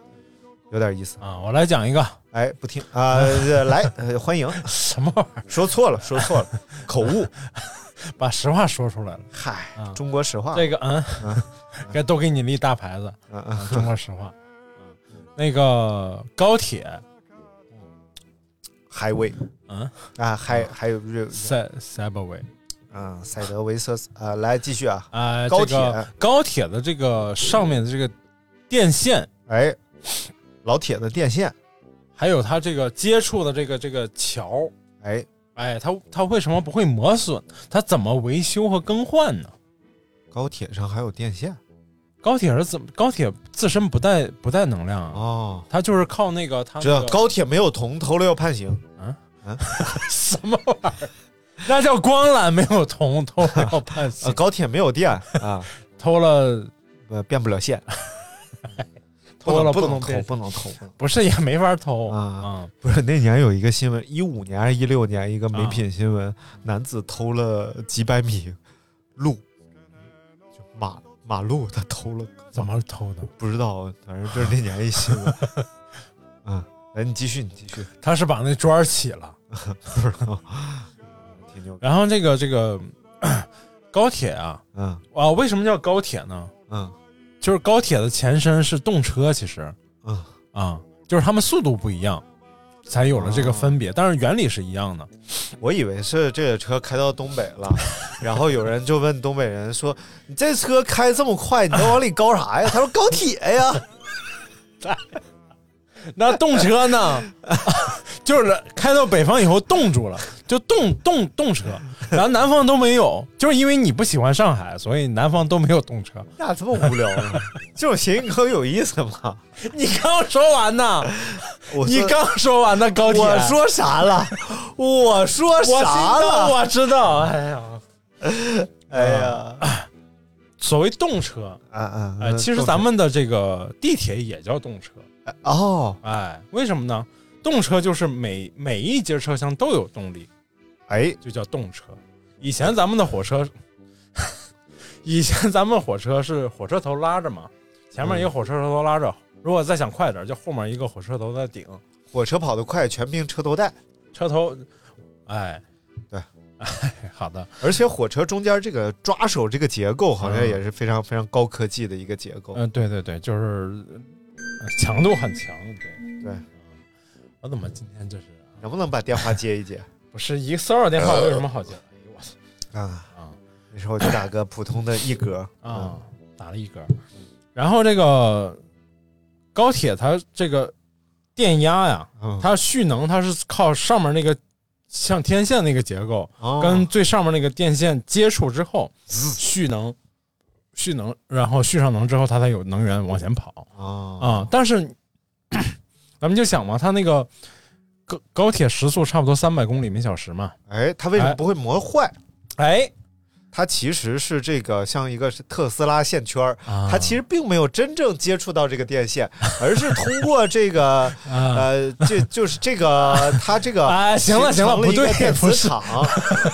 [SPEAKER 2] 有点意思。
[SPEAKER 1] 啊，我来讲一个 [LAUGHS]
[SPEAKER 2] 哎，不听啊、呃来、呃欢迎。
[SPEAKER 1] 什么玩意儿，
[SPEAKER 2] 说错了，说错了，口
[SPEAKER 1] [LAUGHS]
[SPEAKER 2] 误。
[SPEAKER 1] 把实话说出来了。
[SPEAKER 2] 嗨，
[SPEAKER 1] 啊，
[SPEAKER 2] 中国实话。
[SPEAKER 1] 这个嗯， [LAUGHS] 该都给你立大牌子。啊
[SPEAKER 2] 嗯嗯
[SPEAKER 1] 中国实话，那个高铁
[SPEAKER 2] ，highway
[SPEAKER 1] 嗯
[SPEAKER 2] 啊，还还有这
[SPEAKER 1] 赛 Subway
[SPEAKER 2] 啊，塞德维瑟斯啊，来继续啊。
[SPEAKER 1] 啊，
[SPEAKER 2] 高
[SPEAKER 1] 这个高铁的这个上面的这个电线，
[SPEAKER 2] 哎，老铁的电线，
[SPEAKER 1] 还有它这个接触的这个这个桥，
[SPEAKER 2] 哎，
[SPEAKER 1] 哎，它它为什么不会磨损？它怎么维修和更换呢？
[SPEAKER 2] 高铁上还有电线
[SPEAKER 1] 高铁是怎么？高铁自身不带不带能量啊，
[SPEAKER 2] 哦，
[SPEAKER 1] 它就是靠那啊个它、
[SPEAKER 2] 知道高铁没有铜，头了要判刑。
[SPEAKER 1] 啊
[SPEAKER 2] 啊，
[SPEAKER 1] 什么玩意儿？ [LAUGHS] 那叫光缆没有铜，偷了要判
[SPEAKER 2] 呃， [LAUGHS]
[SPEAKER 1] 刑，
[SPEAKER 2] 高铁没有电啊，
[SPEAKER 1] 偷了
[SPEAKER 2] 呃，变不了线，
[SPEAKER 1] 偷了
[SPEAKER 2] 不能
[SPEAKER 1] 能
[SPEAKER 2] 偷，
[SPEAKER 1] 变
[SPEAKER 2] 不能偷，不能
[SPEAKER 1] 不是也没法偷
[SPEAKER 2] 啊
[SPEAKER 1] 嗯
[SPEAKER 2] [LAUGHS] 不是那年有一个新闻，一五年还是一六年一个美品新闻，男子偷了几百米路，就马马路他偷了，
[SPEAKER 1] 怎么偷的？
[SPEAKER 2] 不知道，反正就是那年一新闻。 [LAUGHS] 啊，来你继续，你继续，
[SPEAKER 1] 他是把那砖儿起了。
[SPEAKER 2] 不知道，嗯挺牛逼。
[SPEAKER 1] 然后这个这个高铁啊
[SPEAKER 2] 嗯
[SPEAKER 1] 啊，为什么叫高铁呢？
[SPEAKER 2] 嗯
[SPEAKER 1] 就是高铁的前身是动车，其实
[SPEAKER 2] 嗯
[SPEAKER 1] 啊，就是他们速度不一样，才有了这个分别，但是原理是一样的。
[SPEAKER 2] 我以为是这个车开到东北了，然后有人就问东北人说：“你这车开这么快，你能往里高啥呀？”他说：“高铁呀。
[SPEAKER 1] [LAUGHS] 那动车呢？ [LAUGHS] 就是开到北方以后冻住了，就动动动车，然后南方都没有，就是因为你不喜欢上海，所以南方都没有动车。”
[SPEAKER 2] 那这么无聊 [LAUGHS] 呢？这种谐音梗有意思吗？
[SPEAKER 1] [LAUGHS] 你刚说完 [LAUGHS] 呢，
[SPEAKER 2] [LAUGHS] 我说
[SPEAKER 1] 你刚说完的高铁，
[SPEAKER 2] 我说啥了？我 [LAUGHS] 说
[SPEAKER 1] 我知
[SPEAKER 2] 啥
[SPEAKER 1] 道，
[SPEAKER 2] 了？
[SPEAKER 1] 我知道，哎呀。
[SPEAKER 2] 哎呀，
[SPEAKER 1] 所谓动车，
[SPEAKER 2] 啊啊！
[SPEAKER 1] 哎，其实咱们的这个地铁也叫动车，
[SPEAKER 2] 哦，
[SPEAKER 1] 哎，为什么呢？动车就是每每一节车厢都有动力，
[SPEAKER 2] 哎，
[SPEAKER 1] 就叫动车。以前咱们的火车，以前咱们火车是火车头拉着嘛，前面一
[SPEAKER 2] 嗯
[SPEAKER 1] 个火车头拉着，如果再想快点，就后面一个火车头在顶，
[SPEAKER 2] 火车跑得快，全凭车头带。
[SPEAKER 1] 车头，哎，
[SPEAKER 2] 对，
[SPEAKER 1] 哎，好的，
[SPEAKER 2] 而且火车中间这个抓手这个结构，好像也是非常非常高科技的一个结构。
[SPEAKER 1] 嗯、对对对，就是呃强度很强，对
[SPEAKER 2] 对，
[SPEAKER 1] 我怎么今天这是啊
[SPEAKER 2] 能不能把电话接一 [LAUGHS] 接？
[SPEAKER 1] 不是一个骚扰电话，我有什么好接的？哎呦我操！
[SPEAKER 2] 啊 [LAUGHS]
[SPEAKER 1] 啊，
[SPEAKER 2] 那时候我就打个普通的一格嗯
[SPEAKER 1] 啊，打了一格。然后这个高铁它这个电压呀，
[SPEAKER 2] 嗯
[SPEAKER 1] 它蓄能它是靠上面那个像天线那个结构，
[SPEAKER 2] 哦
[SPEAKER 1] 跟最上面那个电线接触之后蓄能，蓄能，然后蓄上能之后，它才有能源往前跑
[SPEAKER 2] 啊
[SPEAKER 1] 啊。但是 [COUGHS] 咱们就想嘛，它那个高高铁时速差不多三百公里每小时嘛，
[SPEAKER 2] 哎，它为什么不会磨坏？
[SPEAKER 1] 哎，
[SPEAKER 2] 它其实是这个像一个是特斯拉线圈儿，
[SPEAKER 1] 啊
[SPEAKER 2] 它其实并没有真正接触到这个电线，而是通过这
[SPEAKER 1] [LAUGHS]
[SPEAKER 2] 个呃，这就是这个它这个
[SPEAKER 1] 啊行了
[SPEAKER 2] 形成
[SPEAKER 1] 行了不
[SPEAKER 2] 一个
[SPEAKER 1] 对
[SPEAKER 2] 电
[SPEAKER 1] 不
[SPEAKER 2] 磁
[SPEAKER 1] 是
[SPEAKER 2] 场，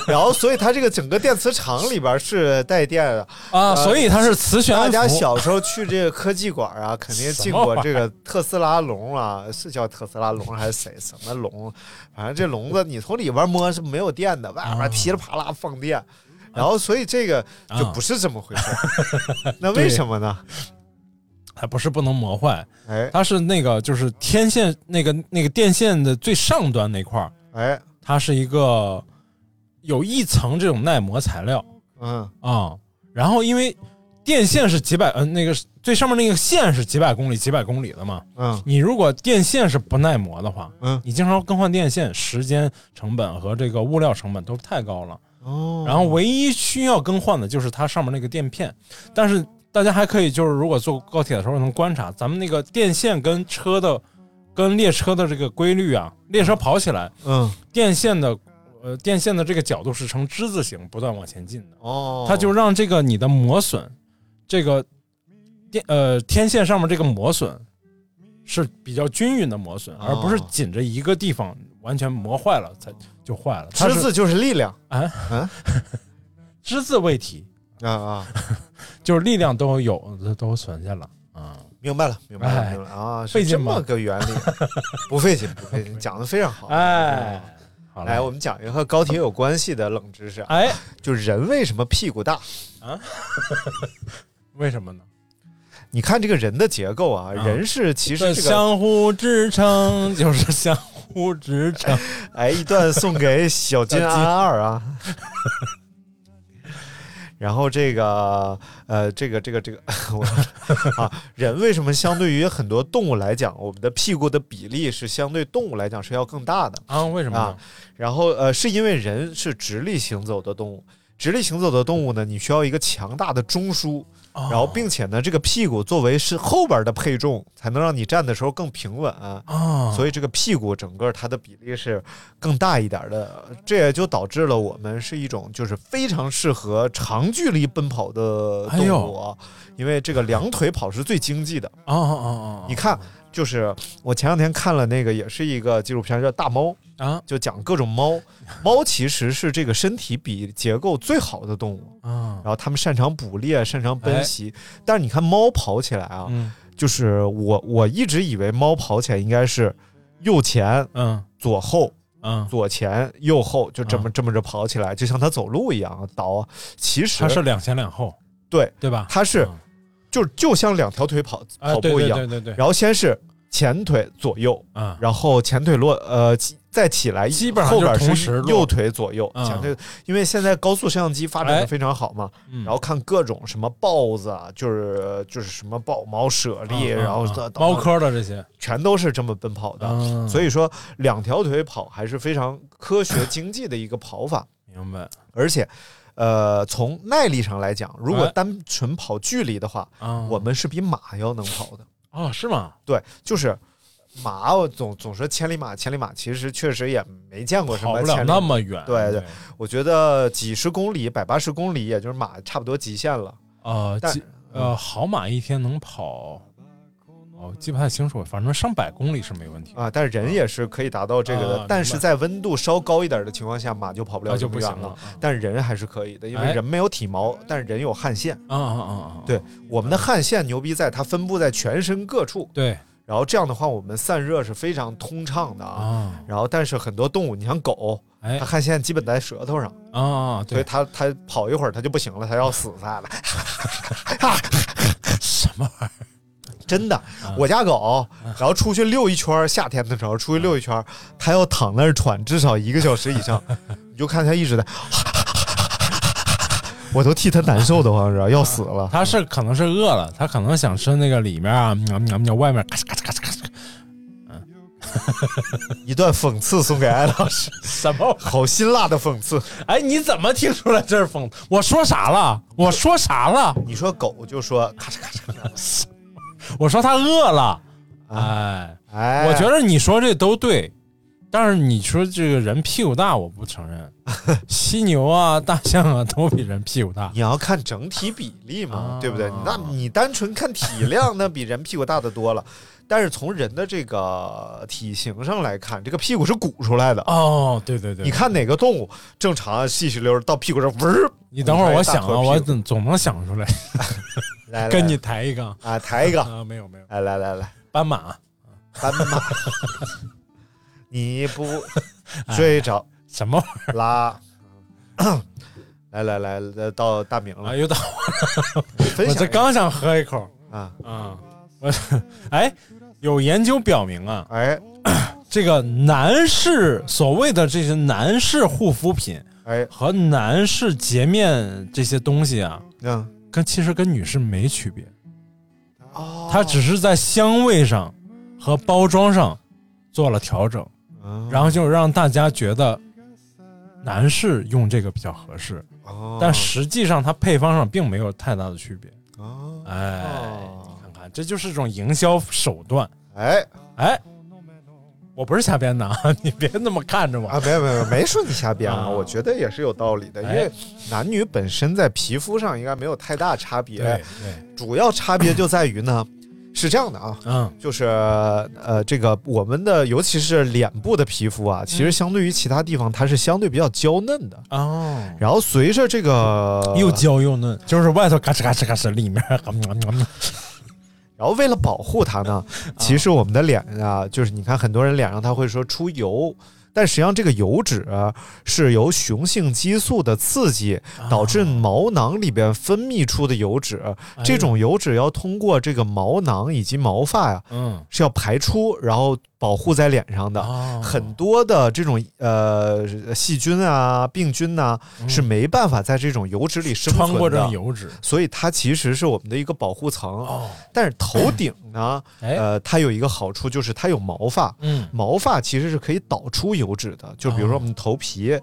[SPEAKER 2] 然后所以它这个整个电磁场里边是带电
[SPEAKER 1] [LAUGHS]
[SPEAKER 2] 的，
[SPEAKER 1] 啊，所以它是磁悬
[SPEAKER 2] 大家
[SPEAKER 1] 浮
[SPEAKER 2] 小时候去这个科技馆啊，肯定进过这个特斯拉笼啊，是叫特斯拉笼还是谁什么笼？反正这笼子你从里边摸是没有电的，外
[SPEAKER 1] 啊
[SPEAKER 2] 边噼里啪啦放电，然后所以这个就不是这么回事儿。 [LAUGHS] 那为什么呢？
[SPEAKER 1] 还不是不能磨坏，
[SPEAKER 2] 哎
[SPEAKER 1] 它是那个就是天线那个那个电线的最上端那块儿，
[SPEAKER 2] 哎
[SPEAKER 1] 它是一个有一层这种耐磨材料
[SPEAKER 2] 嗯
[SPEAKER 1] 啊、然后因为电线是几百嗯、那个是最上面那个线是几百公里几百公里的嘛，
[SPEAKER 2] 嗯
[SPEAKER 1] 你如果电线是不耐磨的话，
[SPEAKER 2] 嗯
[SPEAKER 1] 你经常更换电线，时间成本和这个物料成本都太高了。
[SPEAKER 2] 哦，
[SPEAKER 1] 然后唯一需要更换的就是它上面那个垫片，但是大家还可以就是如果坐高铁的时候能观察，咱们那个电线跟车的跟列车的这个规律啊，列车跑起来，
[SPEAKER 2] 嗯
[SPEAKER 1] 电线的呃电线的这个角度是呈之字形不断往前进的，
[SPEAKER 2] 哦，
[SPEAKER 1] 它就让这个你的磨损，这个电呃天线上面这个磨损。是比较均匀的磨损，而不是
[SPEAKER 2] 哦
[SPEAKER 1] 紧着一个地方完全磨坏了才就坏了。它
[SPEAKER 2] 之
[SPEAKER 1] 是
[SPEAKER 2] 字就是力量
[SPEAKER 1] 只字未提，
[SPEAKER 2] 啊啊，
[SPEAKER 1] 就是力量都有，都存下了啊。
[SPEAKER 2] [LAUGHS] 明白了明白了
[SPEAKER 1] 哎
[SPEAKER 2] 明白了啊，
[SPEAKER 1] 费
[SPEAKER 2] 是这
[SPEAKER 1] 劲
[SPEAKER 2] 么
[SPEAKER 1] 吗
[SPEAKER 2] 个原理， [LAUGHS] 不费劲不费劲，讲的非常好。
[SPEAKER 1] 哎，好嘞
[SPEAKER 2] 来，我们讲一个和高铁有关系的冷知识啊，
[SPEAKER 1] 哎，
[SPEAKER 2] 就人为什么屁股大？
[SPEAKER 1] 为什么呢？
[SPEAKER 2] 你看这个人的结构啊，
[SPEAKER 1] 啊
[SPEAKER 2] 人是其
[SPEAKER 1] 这
[SPEAKER 2] 实这个
[SPEAKER 1] 相互支撑就是相互支
[SPEAKER 2] [LAUGHS]
[SPEAKER 1] 撑。
[SPEAKER 2] 哎，一段送给小金安二啊。 [LAUGHS] 然后这个呃，这个这个这个，我啊，人为什么相对于很多动物来讲，我们的屁股的比例是相对动物来讲是要更大的？
[SPEAKER 1] 啊？为什么呢？
[SPEAKER 2] 然后呃，是因为人是直立行走的动物，直立行走的动物呢，你需要一个强大的中枢啊然后并且呢，这个屁股作为是后边的配重，才能让你站的时候更平稳
[SPEAKER 3] 啊
[SPEAKER 1] 哦
[SPEAKER 2] 所以这个屁股整个它的比例是更大一点的，这也就导致了我们是一种就是非常适合长距离奔跑的
[SPEAKER 3] 哎
[SPEAKER 2] 动
[SPEAKER 3] 呦
[SPEAKER 2] 物啊，因为这个两腿跑是最经济的。
[SPEAKER 3] 哦
[SPEAKER 2] 啊
[SPEAKER 3] 哦
[SPEAKER 2] 你看，就是我前两天看了那个，也是一个纪录片，叫《大猫》
[SPEAKER 3] 啊，
[SPEAKER 2] 就讲各
[SPEAKER 3] [LAUGHS]
[SPEAKER 2] 种猫。猫其实是这个身体比结构最好的动物，
[SPEAKER 3] 啊
[SPEAKER 2] 然后它们擅长捕猎，擅长奔
[SPEAKER 3] 哎
[SPEAKER 2] 袭。但是你看猫跑起来啊，
[SPEAKER 3] 嗯
[SPEAKER 2] 就是我我一直以为猫跑起来应该是右前，
[SPEAKER 3] 嗯，
[SPEAKER 2] 左后。
[SPEAKER 3] 嗯，
[SPEAKER 2] 左前右后就
[SPEAKER 1] 啊
[SPEAKER 2] 这么这么着跑起来，就像它走路一样啊倒。其实
[SPEAKER 1] 它是两前两后，
[SPEAKER 2] 对
[SPEAKER 1] 对吧？
[SPEAKER 2] 它是就就像两条腿跑
[SPEAKER 1] 哎
[SPEAKER 2] 跑步一样，
[SPEAKER 1] 对对对对对
[SPEAKER 2] 然后先是前腿左右，
[SPEAKER 1] 啊
[SPEAKER 2] 然后前腿落呃起再起来，基
[SPEAKER 1] 本上
[SPEAKER 2] 后
[SPEAKER 1] 就是
[SPEAKER 2] 边
[SPEAKER 1] 同
[SPEAKER 2] 是
[SPEAKER 1] 时落
[SPEAKER 2] 右腿左右，
[SPEAKER 1] 嗯
[SPEAKER 2] 前腿，因为现在高速摄像机发展的
[SPEAKER 1] 哎
[SPEAKER 2] 非常好嘛，
[SPEAKER 1] 嗯
[SPEAKER 2] 然后看各种什么豹子啊，就是就是什么豹猫舍利，
[SPEAKER 1] 嗯嗯
[SPEAKER 2] 然后
[SPEAKER 1] 嗯
[SPEAKER 2] 等等
[SPEAKER 1] 猫科的这些，
[SPEAKER 2] 全都是这么奔跑的，
[SPEAKER 1] 嗯
[SPEAKER 2] 所以说两条腿跑还是非常科学经济的一个跑
[SPEAKER 1] [LAUGHS]
[SPEAKER 2] 法。
[SPEAKER 1] 明白？
[SPEAKER 2] 而且，呃，从耐力上来讲，如果
[SPEAKER 1] 哎
[SPEAKER 2] 单纯跑距离的话，
[SPEAKER 1] 啊
[SPEAKER 2] 我们是比马要能跑的。
[SPEAKER 1] 哦，是吗？
[SPEAKER 2] 对，就是马，我总总说千里马，千里马，其实确实也没见过什
[SPEAKER 1] 跑
[SPEAKER 2] 么
[SPEAKER 1] 不了
[SPEAKER 2] 千里马
[SPEAKER 1] 那么远，
[SPEAKER 2] 对对，我觉得几十公里、百八十公里，也就是马差不多极限了。
[SPEAKER 1] 呃，
[SPEAKER 2] 但嗯
[SPEAKER 1] 几呃，好马一天能跑，哦，记不太清楚，反正上百公里是没问题，
[SPEAKER 2] 啊，但是人也是可以达到这个的，
[SPEAKER 1] 嗯啊
[SPEAKER 2] 但
[SPEAKER 1] 明
[SPEAKER 2] 是
[SPEAKER 1] 白
[SPEAKER 2] 在温度稍高一点的情况下，马就跑不了嗯
[SPEAKER 1] 那就
[SPEAKER 2] 这么
[SPEAKER 1] 不
[SPEAKER 2] 远
[SPEAKER 1] 行了
[SPEAKER 2] 但人还是可以的，因为
[SPEAKER 1] 哎
[SPEAKER 2] 人没有体毛，但是人有汗腺。
[SPEAKER 1] 啊啊啊啊！
[SPEAKER 2] 对，我们的汗腺牛逼在它分布在全身各处。
[SPEAKER 1] 对，
[SPEAKER 2] 然后这样的话，我们散热是非常通畅的啊。然后，但是很多动物，你像狗，
[SPEAKER 1] 哦哎
[SPEAKER 2] 它汗腺基本在舌头上
[SPEAKER 1] 啊，
[SPEAKER 2] 所以
[SPEAKER 1] 对，
[SPEAKER 2] 它它跑一会儿它就不行了，它要死在了。
[SPEAKER 1] 什么玩啊
[SPEAKER 2] 意儿？真的，我家狗，然后出去溜一圈儿，夏天的时候出去溜一圈儿，它要躺那儿喘至少一个小时以上，你就看它一直在， [LAUGHS] 我都替它难受的慌，是要死
[SPEAKER 1] [LAUGHS]
[SPEAKER 2] 了。
[SPEAKER 1] 它是可能是饿了，它可能想吃那个里面啊，喵喵喵，外面咔嚓咔嚓咔嚓咔嚓，
[SPEAKER 2] 一段讽刺送给艾老师，
[SPEAKER 1] 啊什么？
[SPEAKER 2] 好辛辣的讽刺！
[SPEAKER 1] 哎，你怎么听出来这是讽？我说啥了？我说啥了？
[SPEAKER 2] 你说狗就说咔嚓咔
[SPEAKER 1] 嚓，我说它饿了，哎
[SPEAKER 2] 哎
[SPEAKER 1] 我觉得你说这都对，但是你说这个人屁股大，我不承
[SPEAKER 2] [LAUGHS]
[SPEAKER 1] 认。犀牛啊、大象啊都比人屁股大。
[SPEAKER 2] 你要看整体比例嘛，对不对？那你单纯看体量，那比人屁股大的多了。但是从人的这个体型上来看，这个屁股是鼓出来的
[SPEAKER 1] 哦，对对对，
[SPEAKER 2] 你看哪个动物正常细细溜儿到屁股上，嗡儿
[SPEAKER 1] 你等会儿我想
[SPEAKER 2] 鼓出
[SPEAKER 1] 啊，
[SPEAKER 2] 来
[SPEAKER 1] 我
[SPEAKER 2] 一大坨屁股
[SPEAKER 1] 总总能想出来。
[SPEAKER 2] 来来
[SPEAKER 1] 跟你抬一个
[SPEAKER 2] 啊，抬一个
[SPEAKER 1] 啊，没有没有，
[SPEAKER 2] 来来来来，
[SPEAKER 1] 斑马，
[SPEAKER 2] 斑马，你不睡着
[SPEAKER 1] 什么
[SPEAKER 2] 拉？来来来，来到大明了，
[SPEAKER 1] 又到
[SPEAKER 2] 我了，分享
[SPEAKER 1] 我这
[SPEAKER 2] 一个
[SPEAKER 1] 刚想喝一口
[SPEAKER 2] 啊
[SPEAKER 1] 啊，我 [LAUGHS] 哎，有研究表明啊，
[SPEAKER 2] 哎，
[SPEAKER 1] 这个男士所谓的这些男士护肤品，
[SPEAKER 2] 哎，
[SPEAKER 1] 和男士洁面这些东西啊，
[SPEAKER 2] 嗯，
[SPEAKER 1] 跟其实跟女士没区别，哦，它只是在香味上和包装上做了调整，
[SPEAKER 2] 哦嗯
[SPEAKER 1] 然后就让大家觉得男士用这个比较合适，
[SPEAKER 2] 哦
[SPEAKER 1] 但实际上它配方上并没有太大的区别。
[SPEAKER 2] 哦，
[SPEAKER 1] 哎，你看看，这就是一种营销手段。
[SPEAKER 2] 哎
[SPEAKER 1] 哎，我不是瞎编的啊， [LAUGHS] 你别那么看着我
[SPEAKER 2] 啊，没有没有没说你瞎编啊，我觉得也是有道理的，
[SPEAKER 1] 哎
[SPEAKER 2] 因为男女本身在皮肤上应该没有太大差别，
[SPEAKER 1] 对对，
[SPEAKER 2] 主要差别就在于呢，是这样的啊，
[SPEAKER 1] 嗯，
[SPEAKER 2] 就是呃，这个我们的尤其是脸部的皮肤啊，其
[SPEAKER 1] 嗯
[SPEAKER 2] 实相对于其他地方它是相对比较娇嫩的，
[SPEAKER 1] 哦，
[SPEAKER 2] 然后随着这个
[SPEAKER 1] 又娇又嫩，就是外头嘎吱嘎吱嘎吱，里面嘎吱嘎吱嘎吱
[SPEAKER 2] 然后为了保护
[SPEAKER 1] [LAUGHS]
[SPEAKER 2] 它
[SPEAKER 1] 啊
[SPEAKER 2] 呢，其实我们的脸啊，就是你看很多人脸上它会说出油，但实际上这个油脂啊是由雄性激素的刺激 [LAUGHS]
[SPEAKER 1] 啊
[SPEAKER 2] 导致毛囊里边分泌出的油
[SPEAKER 1] 哎
[SPEAKER 2] 脂，这种油脂要通过这个毛囊以及毛发呀、
[SPEAKER 1] 嗯，
[SPEAKER 2] 是要排出，然后保护在脸上的。
[SPEAKER 1] 啊
[SPEAKER 2] 很多的这种呃细菌啊、病菌呐、是没办法在这种油脂里生存
[SPEAKER 1] 嗯穿
[SPEAKER 2] 的。
[SPEAKER 1] 过这种油哦脂，
[SPEAKER 2] 所以它其实是我们的一个保护层。但是头顶
[SPEAKER 1] [CLEARS THROAT]
[SPEAKER 2] 呢，
[SPEAKER 1] 哎
[SPEAKER 2] 呃，它有一个好处就是它有毛发，
[SPEAKER 1] 嗯哦
[SPEAKER 2] 毛发其实是可以导出油脂的，就比如说我们头皮。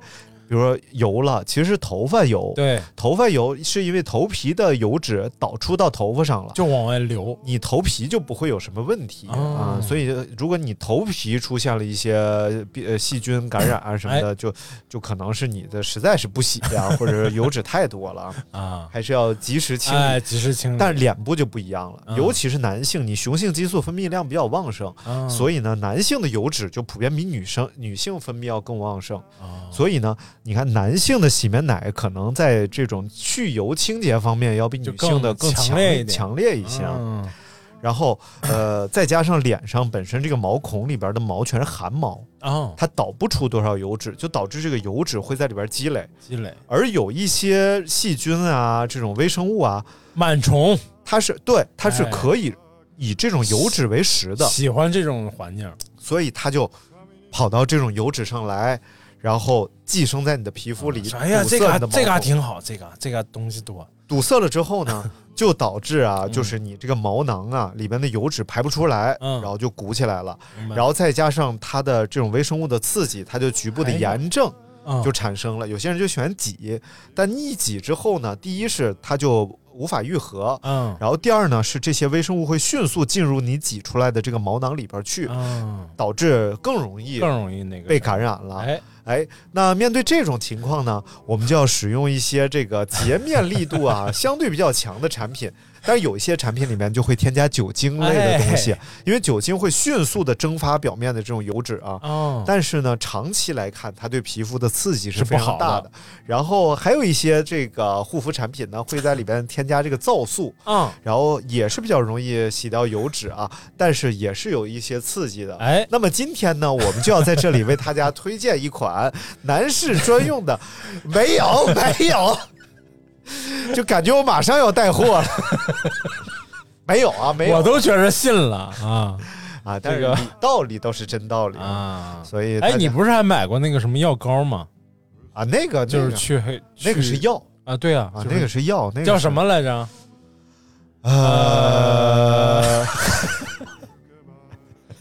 [SPEAKER 2] 比如说油了，其实是头发油。
[SPEAKER 1] 对，
[SPEAKER 2] 头发油是因为头皮的油脂导出到头发上了，
[SPEAKER 1] 就往外流，
[SPEAKER 2] 你头皮就不会有什么问题啊、
[SPEAKER 1] 哦
[SPEAKER 2] 所以如果你头皮出现了一些病呃细菌感染啊什么
[SPEAKER 1] 哎
[SPEAKER 2] 的，就就可能是你的实在是不洗呀、
[SPEAKER 1] [LAUGHS]
[SPEAKER 2] 或者是油脂太多了
[SPEAKER 1] 啊，
[SPEAKER 2] 还是要及时清理。
[SPEAKER 1] 哎，及时清理。
[SPEAKER 2] 但是脸部就不一样了，
[SPEAKER 1] 嗯
[SPEAKER 2] 尤其是男性，你雄性激素分泌量比较旺盛，
[SPEAKER 1] 啊
[SPEAKER 2] 所以呢，男性的油脂就普遍比女生女性分泌要更旺盛。
[SPEAKER 1] 哦
[SPEAKER 2] 所以呢，你看男性的洗面奶可能在这种去油清洁方面要比女性的更
[SPEAKER 1] 更
[SPEAKER 2] 强
[SPEAKER 1] 强烈一点
[SPEAKER 2] 强烈一些。
[SPEAKER 1] 嗯
[SPEAKER 2] 然后，呃，再加上脸上本身这个毛孔里边的毛全是汗毛，
[SPEAKER 1] 哦，
[SPEAKER 2] 它导不出多少油脂，就导致这个油脂会在里边积累。
[SPEAKER 1] 积累
[SPEAKER 2] 而有一些细菌啊，这种微生物啊，
[SPEAKER 1] 螨虫，
[SPEAKER 2] 它是对，它是
[SPEAKER 1] 哎
[SPEAKER 2] 可以以这种油脂为食的，
[SPEAKER 1] 喜欢这种环境，
[SPEAKER 2] 所以它就跑到这种油脂上来，然后寄生在你的皮肤里。
[SPEAKER 1] 哎呀，
[SPEAKER 2] 堵塞
[SPEAKER 1] 这个
[SPEAKER 2] 你
[SPEAKER 1] 还
[SPEAKER 2] 的毛
[SPEAKER 1] 这个还
[SPEAKER 2] 孔
[SPEAKER 1] 挺好，这个这个东西多，
[SPEAKER 2] 堵塞了之后
[SPEAKER 1] [LAUGHS]
[SPEAKER 2] 呢，就导致啊，
[SPEAKER 1] 嗯
[SPEAKER 2] 就是你这个毛囊啊里边的油脂排不出来，然后就鼓起来了
[SPEAKER 1] 嗯明，白
[SPEAKER 2] 然后再加上它的这种微生物的刺激，它就局部的
[SPEAKER 1] 哎呀
[SPEAKER 2] 炎症
[SPEAKER 1] 嗯
[SPEAKER 2] 就产生了。有些人就喜欢挤，但一挤之后呢，第一是它就。无法愈合，
[SPEAKER 1] 嗯，
[SPEAKER 2] 然后第二呢是这些微生物会迅速进入你挤出来的这个毛囊里边去，
[SPEAKER 1] 嗯，
[SPEAKER 2] 导致更容易
[SPEAKER 1] 更容易那个
[SPEAKER 2] 被
[SPEAKER 1] 啥
[SPEAKER 2] 感染了。
[SPEAKER 1] 哎
[SPEAKER 2] 哎，那面对这种情况呢，我们就要使用一些这个洁面力度啊相对比较强的产品。但是有一些产品里面就会添加酒精类的东西，
[SPEAKER 1] 哎
[SPEAKER 2] 因为酒精会迅速的蒸发表面的这种油脂啊。
[SPEAKER 1] 哦
[SPEAKER 2] 但是呢，长期来看，它对皮肤的刺激是
[SPEAKER 1] 是不
[SPEAKER 2] 非常
[SPEAKER 1] 好的
[SPEAKER 2] 大的。然后还有一些这个护肤产品呢，会在里边添加这个皂素，
[SPEAKER 1] 嗯，
[SPEAKER 2] 然后也是比较容易洗掉油脂啊，但是也是有一些刺激的。
[SPEAKER 1] 哎，
[SPEAKER 2] 那么今天呢，我们就要在这里为大家推荐一款男士专用的，没
[SPEAKER 1] [LAUGHS]
[SPEAKER 2] 有没有，就感觉我马上要带货了，没有啊，没有，
[SPEAKER 1] 我都觉着信了
[SPEAKER 2] [LAUGHS]
[SPEAKER 1] 啊。
[SPEAKER 2] 啊，但是
[SPEAKER 1] 这个
[SPEAKER 2] 理道理倒是真道理
[SPEAKER 1] 啊，
[SPEAKER 2] 所以大
[SPEAKER 1] 哎，
[SPEAKER 2] 家
[SPEAKER 1] 你不是还买过那个什么药膏吗？
[SPEAKER 2] 啊，那个
[SPEAKER 1] 就
[SPEAKER 2] 那
[SPEAKER 1] 是
[SPEAKER 2] 个
[SPEAKER 1] 去黑，
[SPEAKER 2] 那个是
[SPEAKER 1] 去
[SPEAKER 2] 药
[SPEAKER 1] 啊，对啊
[SPEAKER 2] 啊，，
[SPEAKER 1] 就
[SPEAKER 2] 那个是药，那个
[SPEAKER 1] 叫
[SPEAKER 2] 是
[SPEAKER 1] 什么来着？
[SPEAKER 2] 呃，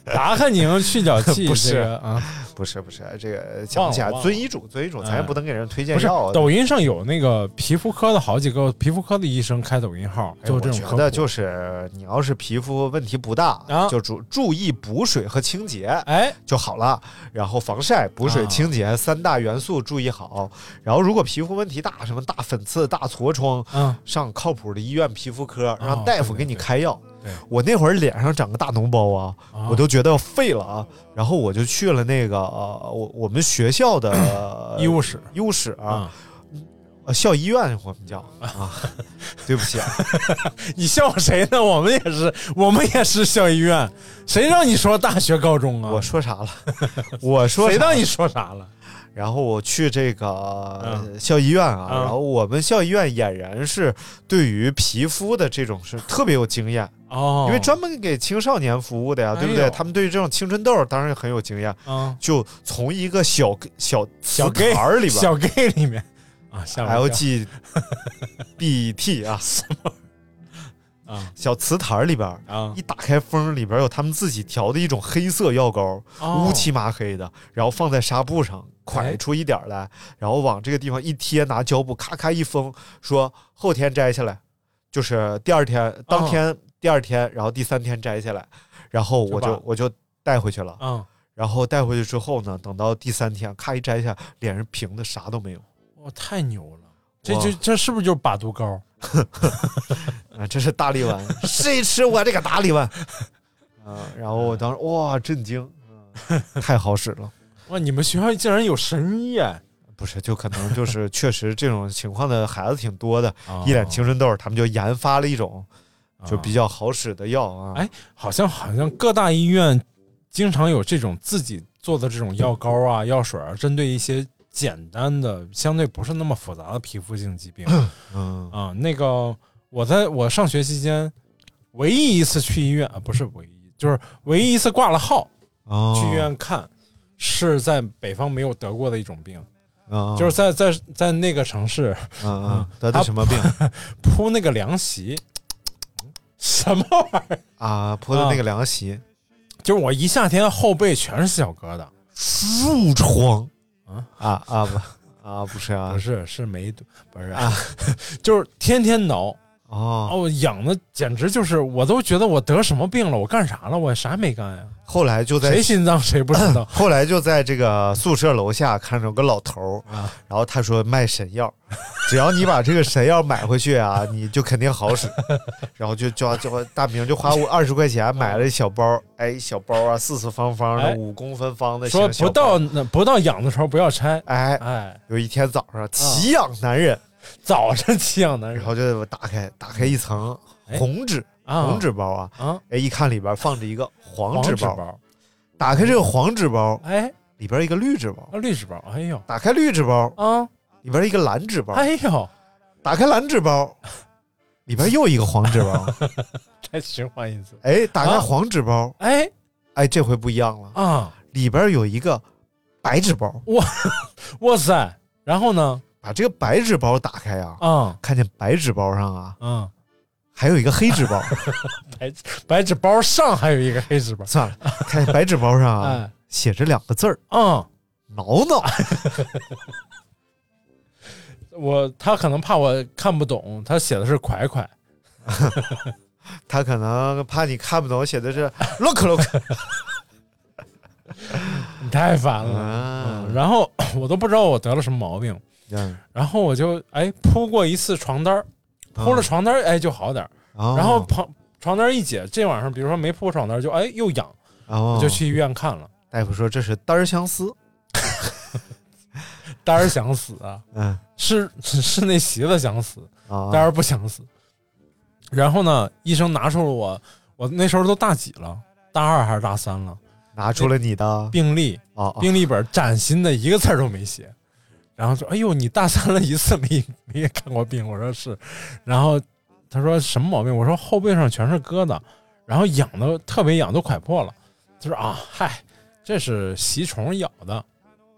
[SPEAKER 1] 达克宁去角 [LAUGHS] 剂
[SPEAKER 2] 不是
[SPEAKER 1] 这个啊，
[SPEAKER 2] [LAUGHS] 不是不是，这个讲一
[SPEAKER 1] 忘
[SPEAKER 2] 下
[SPEAKER 1] 了忘了
[SPEAKER 2] 遵医嘱，遵医嘱，咱也不能给人推荐
[SPEAKER 1] 不是
[SPEAKER 2] 药。
[SPEAKER 1] 抖音上有那个皮肤科的好几个皮肤科的医生开抖音号，
[SPEAKER 2] 哎
[SPEAKER 1] 就这
[SPEAKER 2] 我
[SPEAKER 1] 种
[SPEAKER 2] 觉
[SPEAKER 1] 科
[SPEAKER 2] 得
[SPEAKER 1] 普。
[SPEAKER 2] 就是你要是皮肤问题不大，
[SPEAKER 1] 啊
[SPEAKER 2] 就注注意补水和清洁，
[SPEAKER 1] 哎，
[SPEAKER 2] 就好了。然后防晒、补水、
[SPEAKER 1] 啊
[SPEAKER 2] 清洁、三大元素注意好。然后如果皮肤问题大，什么大粉刺、大痤疮，
[SPEAKER 1] 嗯
[SPEAKER 2] 上靠谱的医院皮肤科，让大夫给你开药。
[SPEAKER 1] 啊对
[SPEAKER 2] 我那会儿脸上长个大脓包啊，我都觉得要废了啊。然后我就去了那个呃，我我们学校的呃
[SPEAKER 1] 医务室
[SPEAKER 2] 医务室啊
[SPEAKER 1] 啊，
[SPEAKER 2] 呃校医院我们叫啊，对不起啊。
[SPEAKER 1] 你笑谁呢？我们也是，我们也是校医院，谁让你说大学高中啊？
[SPEAKER 2] 我说啥了？ [LAUGHS] 我说
[SPEAKER 1] 谁
[SPEAKER 2] 啥
[SPEAKER 1] 让你说啥了？
[SPEAKER 2] 然后我去这个呃
[SPEAKER 1] 嗯
[SPEAKER 2] 校医院啊，
[SPEAKER 1] 嗯
[SPEAKER 2] 然后我们校医院俨然是对于皮肤的这种是特别有经验，
[SPEAKER 1] 哦，
[SPEAKER 2] 因为专门给青少年服务的呀，
[SPEAKER 1] 哎呦
[SPEAKER 2] 对不对？他们对于这种青春痘当然很有经验，
[SPEAKER 1] 嗯
[SPEAKER 2] 就从一个小小
[SPEAKER 1] 小
[SPEAKER 2] 小瓷
[SPEAKER 1] gay
[SPEAKER 2] 盘儿里边
[SPEAKER 1] 小 gay 里面啊，吓我一跳
[SPEAKER 2] [LAUGHS] LGBT
[SPEAKER 1] [LAUGHS]
[SPEAKER 2] 啊，
[SPEAKER 1] 啊
[SPEAKER 2] 小瓷坛儿里边儿
[SPEAKER 1] 啊
[SPEAKER 2] 一打开封，里边儿有他们自己调的一种黑色药膏，
[SPEAKER 1] 哦
[SPEAKER 2] 乌漆麻黑的，然后放在纱布上，
[SPEAKER 1] 哎
[SPEAKER 2] 蒯出一点儿来，然后往这个地方一贴，拿胶布咔咔一封，说后天摘下来，就是第二天，
[SPEAKER 1] 哦
[SPEAKER 2] 当天、第二天，然后第三天摘下来，然后我
[SPEAKER 1] 就
[SPEAKER 2] 就
[SPEAKER 1] 把
[SPEAKER 2] 我就带回去了。
[SPEAKER 1] 嗯，
[SPEAKER 2] 然后带回去之后呢，等到第三天，咔一摘下，脸上平的，啥都没有。
[SPEAKER 1] 我哦太牛了，这
[SPEAKER 2] 哇
[SPEAKER 1] 就这是不是就是把毒膏？
[SPEAKER 2] 啊，这是大力
[SPEAKER 1] [LAUGHS]
[SPEAKER 2] 丸，谁吃我这个大力丸？啊，然后我当时哇震惊，嗯太好使了。
[SPEAKER 1] 哇，你们学校竟然有神医哎！
[SPEAKER 2] 不是，就可能就是确实这种情况的孩子挺多的，
[SPEAKER 1] 哦
[SPEAKER 2] 一脸青春痘，他们就研发了一种就比较好使的药啊。
[SPEAKER 1] 哎，啊好像好像各大医院经常有这种自己做的这种药膏啊、药水啊，针对一些简单的、相对不是那么复杂的皮肤性疾病啊、
[SPEAKER 2] 嗯，
[SPEAKER 1] 那个我在我上学期间，唯一一次去医院啊，不是唯一，就是唯一一次挂了号
[SPEAKER 2] 哦
[SPEAKER 1] 去医院看，是在北方没有得过的一种病，
[SPEAKER 2] 啊，
[SPEAKER 1] 就是在在在那个城市
[SPEAKER 2] 嗯嗯，得的
[SPEAKER 1] 他
[SPEAKER 2] 什
[SPEAKER 1] [LAUGHS]
[SPEAKER 2] 么病
[SPEAKER 1] 铺那个凉席，嗯什么玩意儿？
[SPEAKER 2] 啊？铺的那个凉席，
[SPEAKER 1] 啊就是我一夏天后背全是小疙瘩，
[SPEAKER 2] 褥疮
[SPEAKER 1] 啊
[SPEAKER 2] 啊啊不啊，不是啊，
[SPEAKER 1] 不是是梅毒，不是
[SPEAKER 2] 啊，
[SPEAKER 1] [LAUGHS] 就是天天挠。
[SPEAKER 2] 哦，
[SPEAKER 1] 我养的简直就是，我都觉得我得什么病了，我干啥了？我啥也没干呀？
[SPEAKER 2] 后来就在？
[SPEAKER 1] 谁心脏谁不知道
[SPEAKER 2] 后来就在这个宿舍楼下看着个老头儿，
[SPEAKER 1] 啊
[SPEAKER 2] 然后他说卖神药，只要你把这个神药买回去
[SPEAKER 1] [LAUGHS]
[SPEAKER 2] 啊，你就肯定好使。然后就叫叫大明就花我二十块钱买了一小包，哎，小包啊，四四方方
[SPEAKER 1] 哎
[SPEAKER 2] 的，五公分方的，
[SPEAKER 1] 说
[SPEAKER 2] 小
[SPEAKER 1] 不到那不到痒的时候不要拆。
[SPEAKER 2] 哎
[SPEAKER 1] 哎，
[SPEAKER 2] 有一天早上奇痒难忍，
[SPEAKER 1] 早上奇痒难忍，
[SPEAKER 2] 然后就打开打开一层
[SPEAKER 1] 哎
[SPEAKER 2] 红纸、
[SPEAKER 1] 啊
[SPEAKER 2] 红纸包啊，
[SPEAKER 1] 啊
[SPEAKER 2] 哎，一看里边放着一个黄纸
[SPEAKER 1] 纸
[SPEAKER 2] 包，，打开这个黄纸包，
[SPEAKER 1] 哎，
[SPEAKER 2] 里边一个绿纸包，
[SPEAKER 1] 啊绿纸包，哎呦
[SPEAKER 2] 打开绿纸包，
[SPEAKER 1] 啊，
[SPEAKER 2] 里边一个蓝纸包，
[SPEAKER 1] 哎呦，
[SPEAKER 2] 打开蓝纸包， [LAUGHS] 里边又一个黄纸
[SPEAKER 1] [LAUGHS]
[SPEAKER 2] 包，
[SPEAKER 1] 再循环一次。
[SPEAKER 2] 哎，打开
[SPEAKER 1] 啊
[SPEAKER 2] 黄纸包，
[SPEAKER 1] 哎
[SPEAKER 2] 哎，这回不一样了，
[SPEAKER 1] 啊，
[SPEAKER 2] 里边有一个白纸包，
[SPEAKER 1] 哇哇塞，然后呢？
[SPEAKER 2] 把这个白纸包打开啊，
[SPEAKER 1] 啊
[SPEAKER 2] 看见白纸包上啊
[SPEAKER 1] 啊，
[SPEAKER 2] 还有一个黑纸
[SPEAKER 1] [LAUGHS]
[SPEAKER 2] 包，
[SPEAKER 1] 白纸白纸包上还有一个黑纸包。
[SPEAKER 2] 算了，看见白纸包上啊
[SPEAKER 1] 哎
[SPEAKER 2] 写着两个字儿
[SPEAKER 1] 啊，
[SPEAKER 2] “挠
[SPEAKER 1] [LAUGHS]
[SPEAKER 2] 挠
[SPEAKER 1] 我他可能怕我看不懂，他写的是“快快”，”，
[SPEAKER 2] 他可能怕你看不懂，写的
[SPEAKER 1] [LAUGHS]
[SPEAKER 2] 是 “look look”。
[SPEAKER 1] 你太烦了。
[SPEAKER 2] 啊
[SPEAKER 1] 嗯，然后 [COUGHS] 我都不知道我得了什么毛病，
[SPEAKER 2] 嗯
[SPEAKER 1] 然后我就哎铺过一次床单儿，
[SPEAKER 2] 啊
[SPEAKER 1] 铺了床单儿哎就好点儿，
[SPEAKER 2] 嗯哦
[SPEAKER 1] 然后旁床单儿一解，这晚上比如说没铺床单儿就哎又痒，
[SPEAKER 2] 哦
[SPEAKER 1] 我就去医院看了，
[SPEAKER 2] 大夫说这是单儿相思，
[SPEAKER 1] 单儿想死啊，
[SPEAKER 2] 嗯
[SPEAKER 1] 是是是那席子想死，
[SPEAKER 2] 啊，
[SPEAKER 1] 单儿不想死。然后呢，医生拿出了我，我那时候都大几了，大二还是大三了，
[SPEAKER 2] 拿出了你的啊
[SPEAKER 1] 病历
[SPEAKER 2] 啊
[SPEAKER 1] 病历本崭新的，一个字儿都没写。然后说：“哎呦，你大三了一次没没看过病？”我说是。然后他说什么毛病？我说后背上全是疙瘩，然后痒的特别痒，都快破了。他说啊，嗨，这是席虫咬的，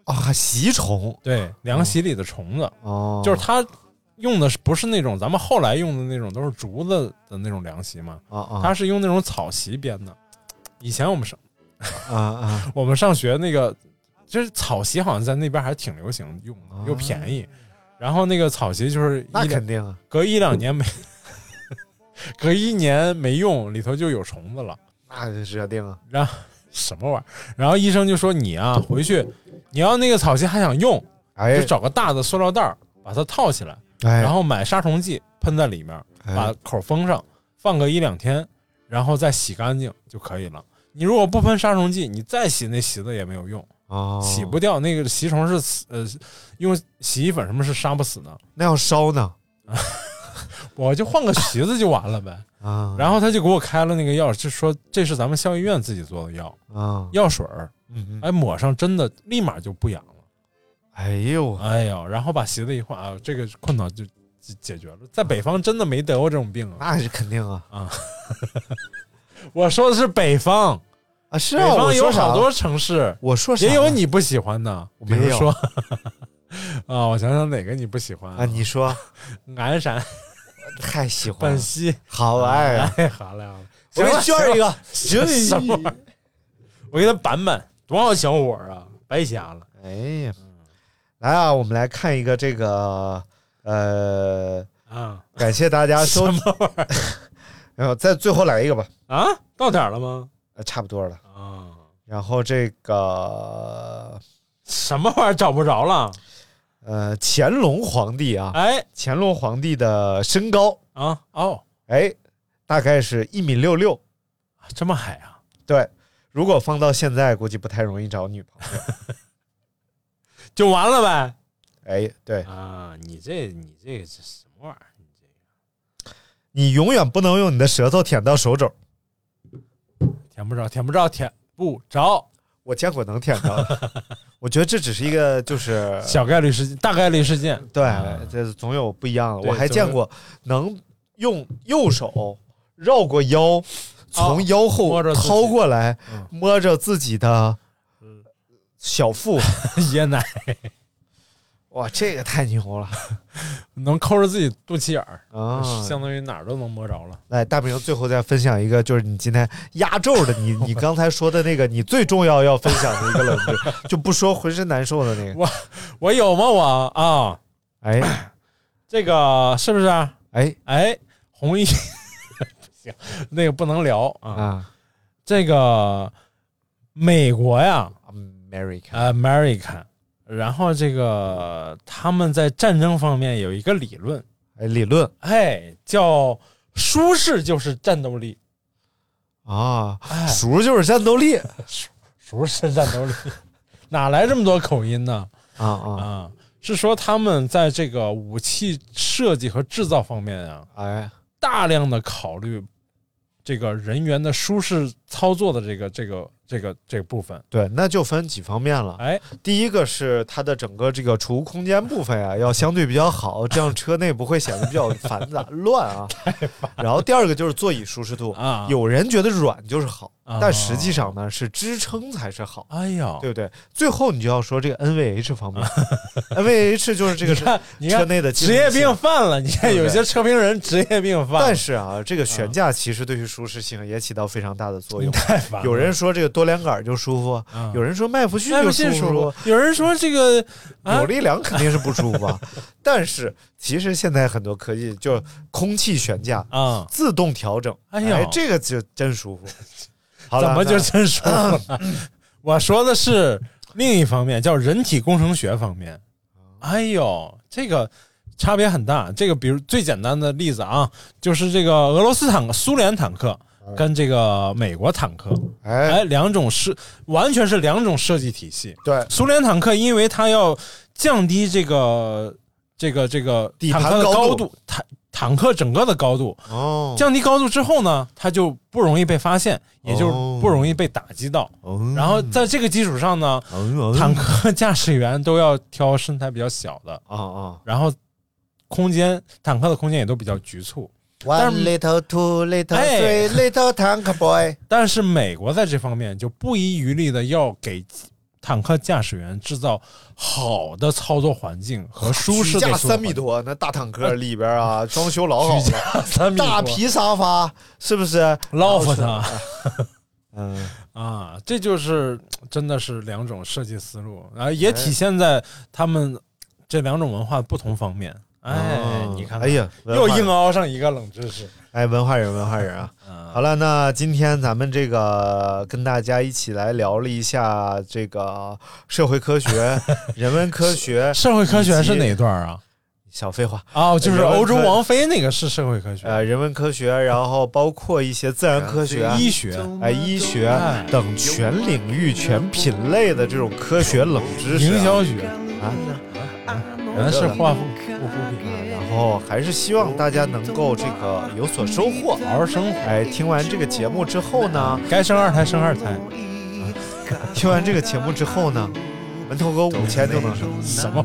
[SPEAKER 2] 啊，蜱虫
[SPEAKER 1] 对，凉席里的虫子，
[SPEAKER 2] 哦，
[SPEAKER 1] 就是他用的是不是那种咱们后来用的那种都是竹子的那种凉席嘛？
[SPEAKER 2] 啊啊，
[SPEAKER 1] 他是用那种草席编的。以前我们上
[SPEAKER 2] 啊啊，
[SPEAKER 1] 我们上学那个，就是草席好像在那边还挺流行用的
[SPEAKER 2] 啊，
[SPEAKER 1] 又便宜。然后那个草席就是
[SPEAKER 2] 那
[SPEAKER 1] 一两
[SPEAKER 2] 肯定啊，
[SPEAKER 1] 隔一两年没， [LAUGHS] 隔一年没用，里头就有虫子了，
[SPEAKER 2] 那就是决定啊，
[SPEAKER 1] 然后什么玩意儿？然后医生就说你啊，回去你要那个草席还想用，
[SPEAKER 2] 哎
[SPEAKER 1] 就找个大的塑料袋儿把它套起来，
[SPEAKER 2] 哎，
[SPEAKER 1] 然后买杀虫剂喷在里面，
[SPEAKER 2] 哎
[SPEAKER 1] 把口封上，放个一两天，然后再洗干净就可以了。你如果不喷杀虫剂，你再洗那席子也没有用，
[SPEAKER 2] 哦
[SPEAKER 1] 洗不掉那个席虫是死呃，用洗衣粉什么是杀不死的，
[SPEAKER 2] 那要烧呢
[SPEAKER 1] 我就换个席子就完了
[SPEAKER 2] [LAUGHS]
[SPEAKER 1] 呗。
[SPEAKER 2] 啊，
[SPEAKER 1] 然后他就给我开了那个药，就说这是咱们校医院自己做的药
[SPEAKER 2] 啊，
[SPEAKER 1] 药水儿，
[SPEAKER 2] 嗯嗯，
[SPEAKER 1] 哎，抹上真的立马就不痒了。
[SPEAKER 2] 哎呦，
[SPEAKER 1] 哎呦，然后把席子一换啊，这个困扰就解解决了。在北方真的没得过这种病啊！
[SPEAKER 2] 那是肯定啊
[SPEAKER 1] 我说的是北方，
[SPEAKER 2] 啊是
[SPEAKER 1] 北
[SPEAKER 2] 啊，我
[SPEAKER 1] 方有
[SPEAKER 2] 说啥
[SPEAKER 1] 好多城市，
[SPEAKER 2] 我说啥啊
[SPEAKER 1] 也有你不喜欢的，
[SPEAKER 2] 我
[SPEAKER 1] 比如
[SPEAKER 2] 没有
[SPEAKER 1] 说 [LAUGHS] 啊，我想想哪个你不喜欢
[SPEAKER 2] 啊，你说哎
[SPEAKER 1] 鞍山、
[SPEAKER 2] 哦太喜欢 [LAUGHS]
[SPEAKER 1] 本
[SPEAKER 2] 了，
[SPEAKER 1] 溪，
[SPEAKER 2] 好啊玩意儿，
[SPEAKER 1] 哎，好嘞，好嘞
[SPEAKER 2] 我给 [LAUGHS] 你
[SPEAKER 1] 行
[SPEAKER 2] 圈
[SPEAKER 1] 了
[SPEAKER 2] 一个，
[SPEAKER 1] 行什么玩意儿我给他板板，多少小伙儿啊，白瞎了。
[SPEAKER 2] 哎呀，来啊，我们来看一个这个呃，
[SPEAKER 1] 啊
[SPEAKER 2] 感谢大家收
[SPEAKER 1] 什，么玩意儿
[SPEAKER 2] [LAUGHS] 然后再最后来一个吧，
[SPEAKER 1] 啊？到点儿了吗？
[SPEAKER 2] 呃差不多了，
[SPEAKER 1] 啊，
[SPEAKER 2] 然后这个
[SPEAKER 1] 什么玩意儿找不着了？
[SPEAKER 2] 呃乾隆皇帝啊，
[SPEAKER 1] 哎
[SPEAKER 2] 乾隆皇帝的身高。
[SPEAKER 1] 啊哦，
[SPEAKER 2] 哎，大概是一米六六。
[SPEAKER 1] 这么矮啊？
[SPEAKER 2] 对，如果放到现在，估计不太容易找女朋友。
[SPEAKER 1] 就完了呗？
[SPEAKER 2] 哎，对
[SPEAKER 1] 啊，你这你这个是什么玩意儿？你这个
[SPEAKER 2] 你永远不能用你的舌头舔到手肘，
[SPEAKER 1] 舔不着，舔不着，舔不着。
[SPEAKER 2] 我见过能舔到
[SPEAKER 1] [LAUGHS]
[SPEAKER 2] 的。我觉得这只是一个，就是
[SPEAKER 1] 小概率事件，大概率事 [LAUGHS] 件。
[SPEAKER 2] 对
[SPEAKER 1] 啊，
[SPEAKER 2] 这总有不一样的。
[SPEAKER 1] 对
[SPEAKER 2] 我还见过能用右手绕过腰，从腰后
[SPEAKER 1] 啊摸着自己
[SPEAKER 2] 掏过来，
[SPEAKER 1] 嗯
[SPEAKER 2] 摸着自己的小腹。
[SPEAKER 1] 椰奶
[SPEAKER 2] 哇，这个太牛了！
[SPEAKER 1] 能抠着自己肚脐眼儿
[SPEAKER 2] 啊
[SPEAKER 1] 相当于哪儿都能摸着了。
[SPEAKER 2] 来，大明最后再分享一个，就是你今天压轴的， [LAUGHS] 你你刚才说的那个，你最重要要分享的一个冷 [LAUGHS] 知，就不说浑身难受的那个。
[SPEAKER 1] 我我有吗？我啊，
[SPEAKER 2] [COUGHS] 哎，
[SPEAKER 1] 这个是不是啊？
[SPEAKER 2] 哎
[SPEAKER 1] 哎，红衣 [LAUGHS] 行，那个不能聊啊。
[SPEAKER 2] 啊
[SPEAKER 1] 这个美国呀
[SPEAKER 2] ，America，
[SPEAKER 1] ，America，然后这个他们在战争方面有一个理论，
[SPEAKER 2] 哎，理论
[SPEAKER 1] 哎，叫舒适就是战斗力，
[SPEAKER 2] 啊，熟就是战斗力
[SPEAKER 1] 舒适战斗力， [LAUGHS] 哪来这么多口音呢？
[SPEAKER 2] 啊啊，
[SPEAKER 1] 啊，是说他们在这个武器设计和制造方面啊，
[SPEAKER 2] 哎，
[SPEAKER 1] 大量的考虑这个人员的舒适操作的这个这个这个这个部分。
[SPEAKER 2] 对，那就分几方面了。
[SPEAKER 1] 哎，
[SPEAKER 2] 第一个是它的整个这个储物空间部分 [LAUGHS] 啊，要相对比较好，这样车内不会显得比较繁 [LAUGHS] 杂乱啊。然后第二个就是座椅舒适度
[SPEAKER 1] 啊
[SPEAKER 2] 有人觉得软就是好，
[SPEAKER 1] 啊
[SPEAKER 2] 但实际上呢是支撑才是好，
[SPEAKER 1] 哎呀，
[SPEAKER 2] 对不对？最后你就要说这个 NVH 方
[SPEAKER 1] [LAUGHS]
[SPEAKER 2] 面，NVH 就是这个
[SPEAKER 1] 你看你看
[SPEAKER 2] 车内的机
[SPEAKER 1] 职
[SPEAKER 2] 能
[SPEAKER 1] 业
[SPEAKER 2] 性
[SPEAKER 1] 病犯了。你看
[SPEAKER 2] 对不
[SPEAKER 1] 有
[SPEAKER 2] 对
[SPEAKER 1] 些车评人职业病犯了，
[SPEAKER 2] 但是啊，这个悬架其实对于舒适性也起到非常大的作用。
[SPEAKER 1] 太烦了啊
[SPEAKER 2] 有人说这个多连杆就舒服，有人说麦弗逊
[SPEAKER 1] 嗯麦
[SPEAKER 2] 就
[SPEAKER 1] 弗逊舒
[SPEAKER 2] 服
[SPEAKER 1] 服，，有人说这个啊
[SPEAKER 2] 扭力梁肯定是不舒
[SPEAKER 1] [LAUGHS]
[SPEAKER 2] 服啊。但是其实现在很多科技就空气悬架
[SPEAKER 1] 啊，
[SPEAKER 2] 自动调整，
[SPEAKER 1] 哎呦
[SPEAKER 2] 这个就真舒服。好了，
[SPEAKER 1] 怎么就
[SPEAKER 2] 那
[SPEAKER 1] 真说了？
[SPEAKER 2] [LAUGHS]
[SPEAKER 1] 我说的是另一方面，叫人体工程学方面。
[SPEAKER 2] 哦
[SPEAKER 1] 哎呦，这个差别很大。这个比如最简单的例子啊，就是这个俄罗斯坦克、苏联坦克
[SPEAKER 2] 嗯
[SPEAKER 1] 跟这个美国坦克，
[SPEAKER 2] 哎
[SPEAKER 1] 哎，两种是完全是两种设计体系。
[SPEAKER 2] 对
[SPEAKER 1] 苏联坦克，因为它要降低这个这个这个
[SPEAKER 2] 底
[SPEAKER 1] 坦
[SPEAKER 2] 盘
[SPEAKER 1] 克的
[SPEAKER 2] 高
[SPEAKER 1] 高
[SPEAKER 2] 度
[SPEAKER 1] 度，坦坦克整个的高度，
[SPEAKER 2] 哦
[SPEAKER 1] 降低高度之后呢，它就不容易被发现，也就
[SPEAKER 2] 哦嗯
[SPEAKER 1] 不容易被打击到。然后在这个基础上呢，
[SPEAKER 2] 哦
[SPEAKER 1] 坦克驾驶员都要挑身材比较小的，
[SPEAKER 2] 啊啊
[SPEAKER 1] 然后空间坦克的空间也都比较局促。但
[SPEAKER 2] ，One
[SPEAKER 1] 是
[SPEAKER 2] little two little three
[SPEAKER 1] 哎
[SPEAKER 2] little tank boy，
[SPEAKER 1] 但是美国在这方面就不遗余力的要给坦克驾驶员制造好的操作环境和舒
[SPEAKER 2] 举
[SPEAKER 1] 适的
[SPEAKER 2] 架
[SPEAKER 1] 操作环
[SPEAKER 2] 三
[SPEAKER 1] 境
[SPEAKER 2] 米，多，那大坦克里边
[SPEAKER 1] [LAUGHS]
[SPEAKER 2] 啊，装修老好
[SPEAKER 1] 举
[SPEAKER 2] 了。
[SPEAKER 1] 架三米多
[SPEAKER 2] 大皮沙发是不是？
[SPEAKER 1] 捞死他。
[SPEAKER 2] 嗯，
[SPEAKER 1] 啊，这就是真的是两种设计思路啊，
[SPEAKER 2] 哎
[SPEAKER 1] 也体现在他们这两种文化不同方面。哎，
[SPEAKER 2] 哦
[SPEAKER 1] 你看看，
[SPEAKER 2] 哎呀，文化
[SPEAKER 1] 又硬嗯凹上一个冷知识。
[SPEAKER 2] 哎，文化人，文化人啊！好了，那今天咱们这个跟大家一起来聊了一下这个社会科
[SPEAKER 1] [LAUGHS]
[SPEAKER 2] 学、人文科学、
[SPEAKER 1] 社会科学是哪
[SPEAKER 2] 以
[SPEAKER 1] 一
[SPEAKER 2] 及？
[SPEAKER 1] 段啊？
[SPEAKER 2] 小废话，
[SPEAKER 1] 哦，就是
[SPEAKER 2] 哎人文科
[SPEAKER 1] 欧洲王妃那个是社会科学，
[SPEAKER 2] 呃，人文科学，然后包括一些自然科学、
[SPEAKER 1] 医学。
[SPEAKER 2] 哎医学
[SPEAKER 1] 哎
[SPEAKER 2] 等全领域、全品类的这种科学冷知识啊、
[SPEAKER 1] 营销学嗯
[SPEAKER 2] 啊。
[SPEAKER 1] 原来是画风护肤品啊，然后
[SPEAKER 2] 然后还是希望大家能够这个有所收获。
[SPEAKER 1] 好好生活。
[SPEAKER 2] 哎，听完这个节目之后呢，
[SPEAKER 1] 该生二胎生二胎，
[SPEAKER 2] 听完这个节目之后呢，门头沟五千就能上，
[SPEAKER 1] 什 [LAUGHS] 么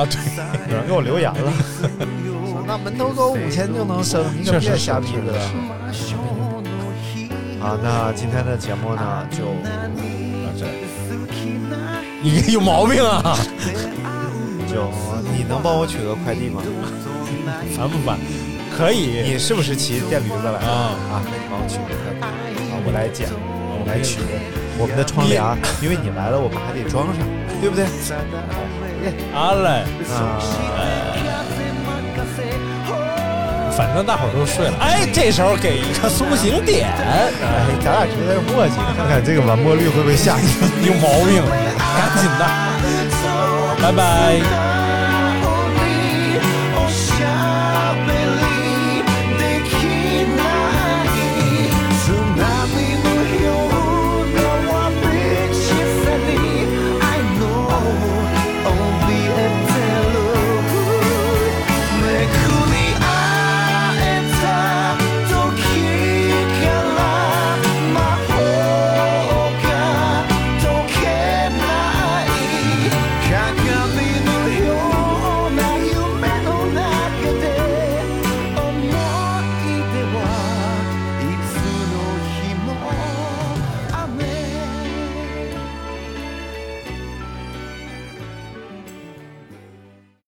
[SPEAKER 1] 啊？对，
[SPEAKER 2] 有人给我留言了，说 [LAUGHS] 那门头沟五千就能升，你可别瞎逼了。好，那今天的节目呢就
[SPEAKER 1] 啊你有毛病啊！
[SPEAKER 2] 就你能帮我取个快递吗？
[SPEAKER 1] 烦不烦？可以
[SPEAKER 2] 你是不是骑电驴子来的
[SPEAKER 1] 啊
[SPEAKER 2] 啊？帮我取个快递啊，我来捡，我来取我们的窗帘儿，因为你来了，我们还得装上，对不对？
[SPEAKER 1] 啊嘞，
[SPEAKER 2] 啊。
[SPEAKER 1] 反正大伙儿都睡了，哎，这时候给一个苏醒点，
[SPEAKER 2] 哎，咱俩之间的默契，看看这个完播率会不会下去。
[SPEAKER 1] 有毛病，赶紧的，拜拜。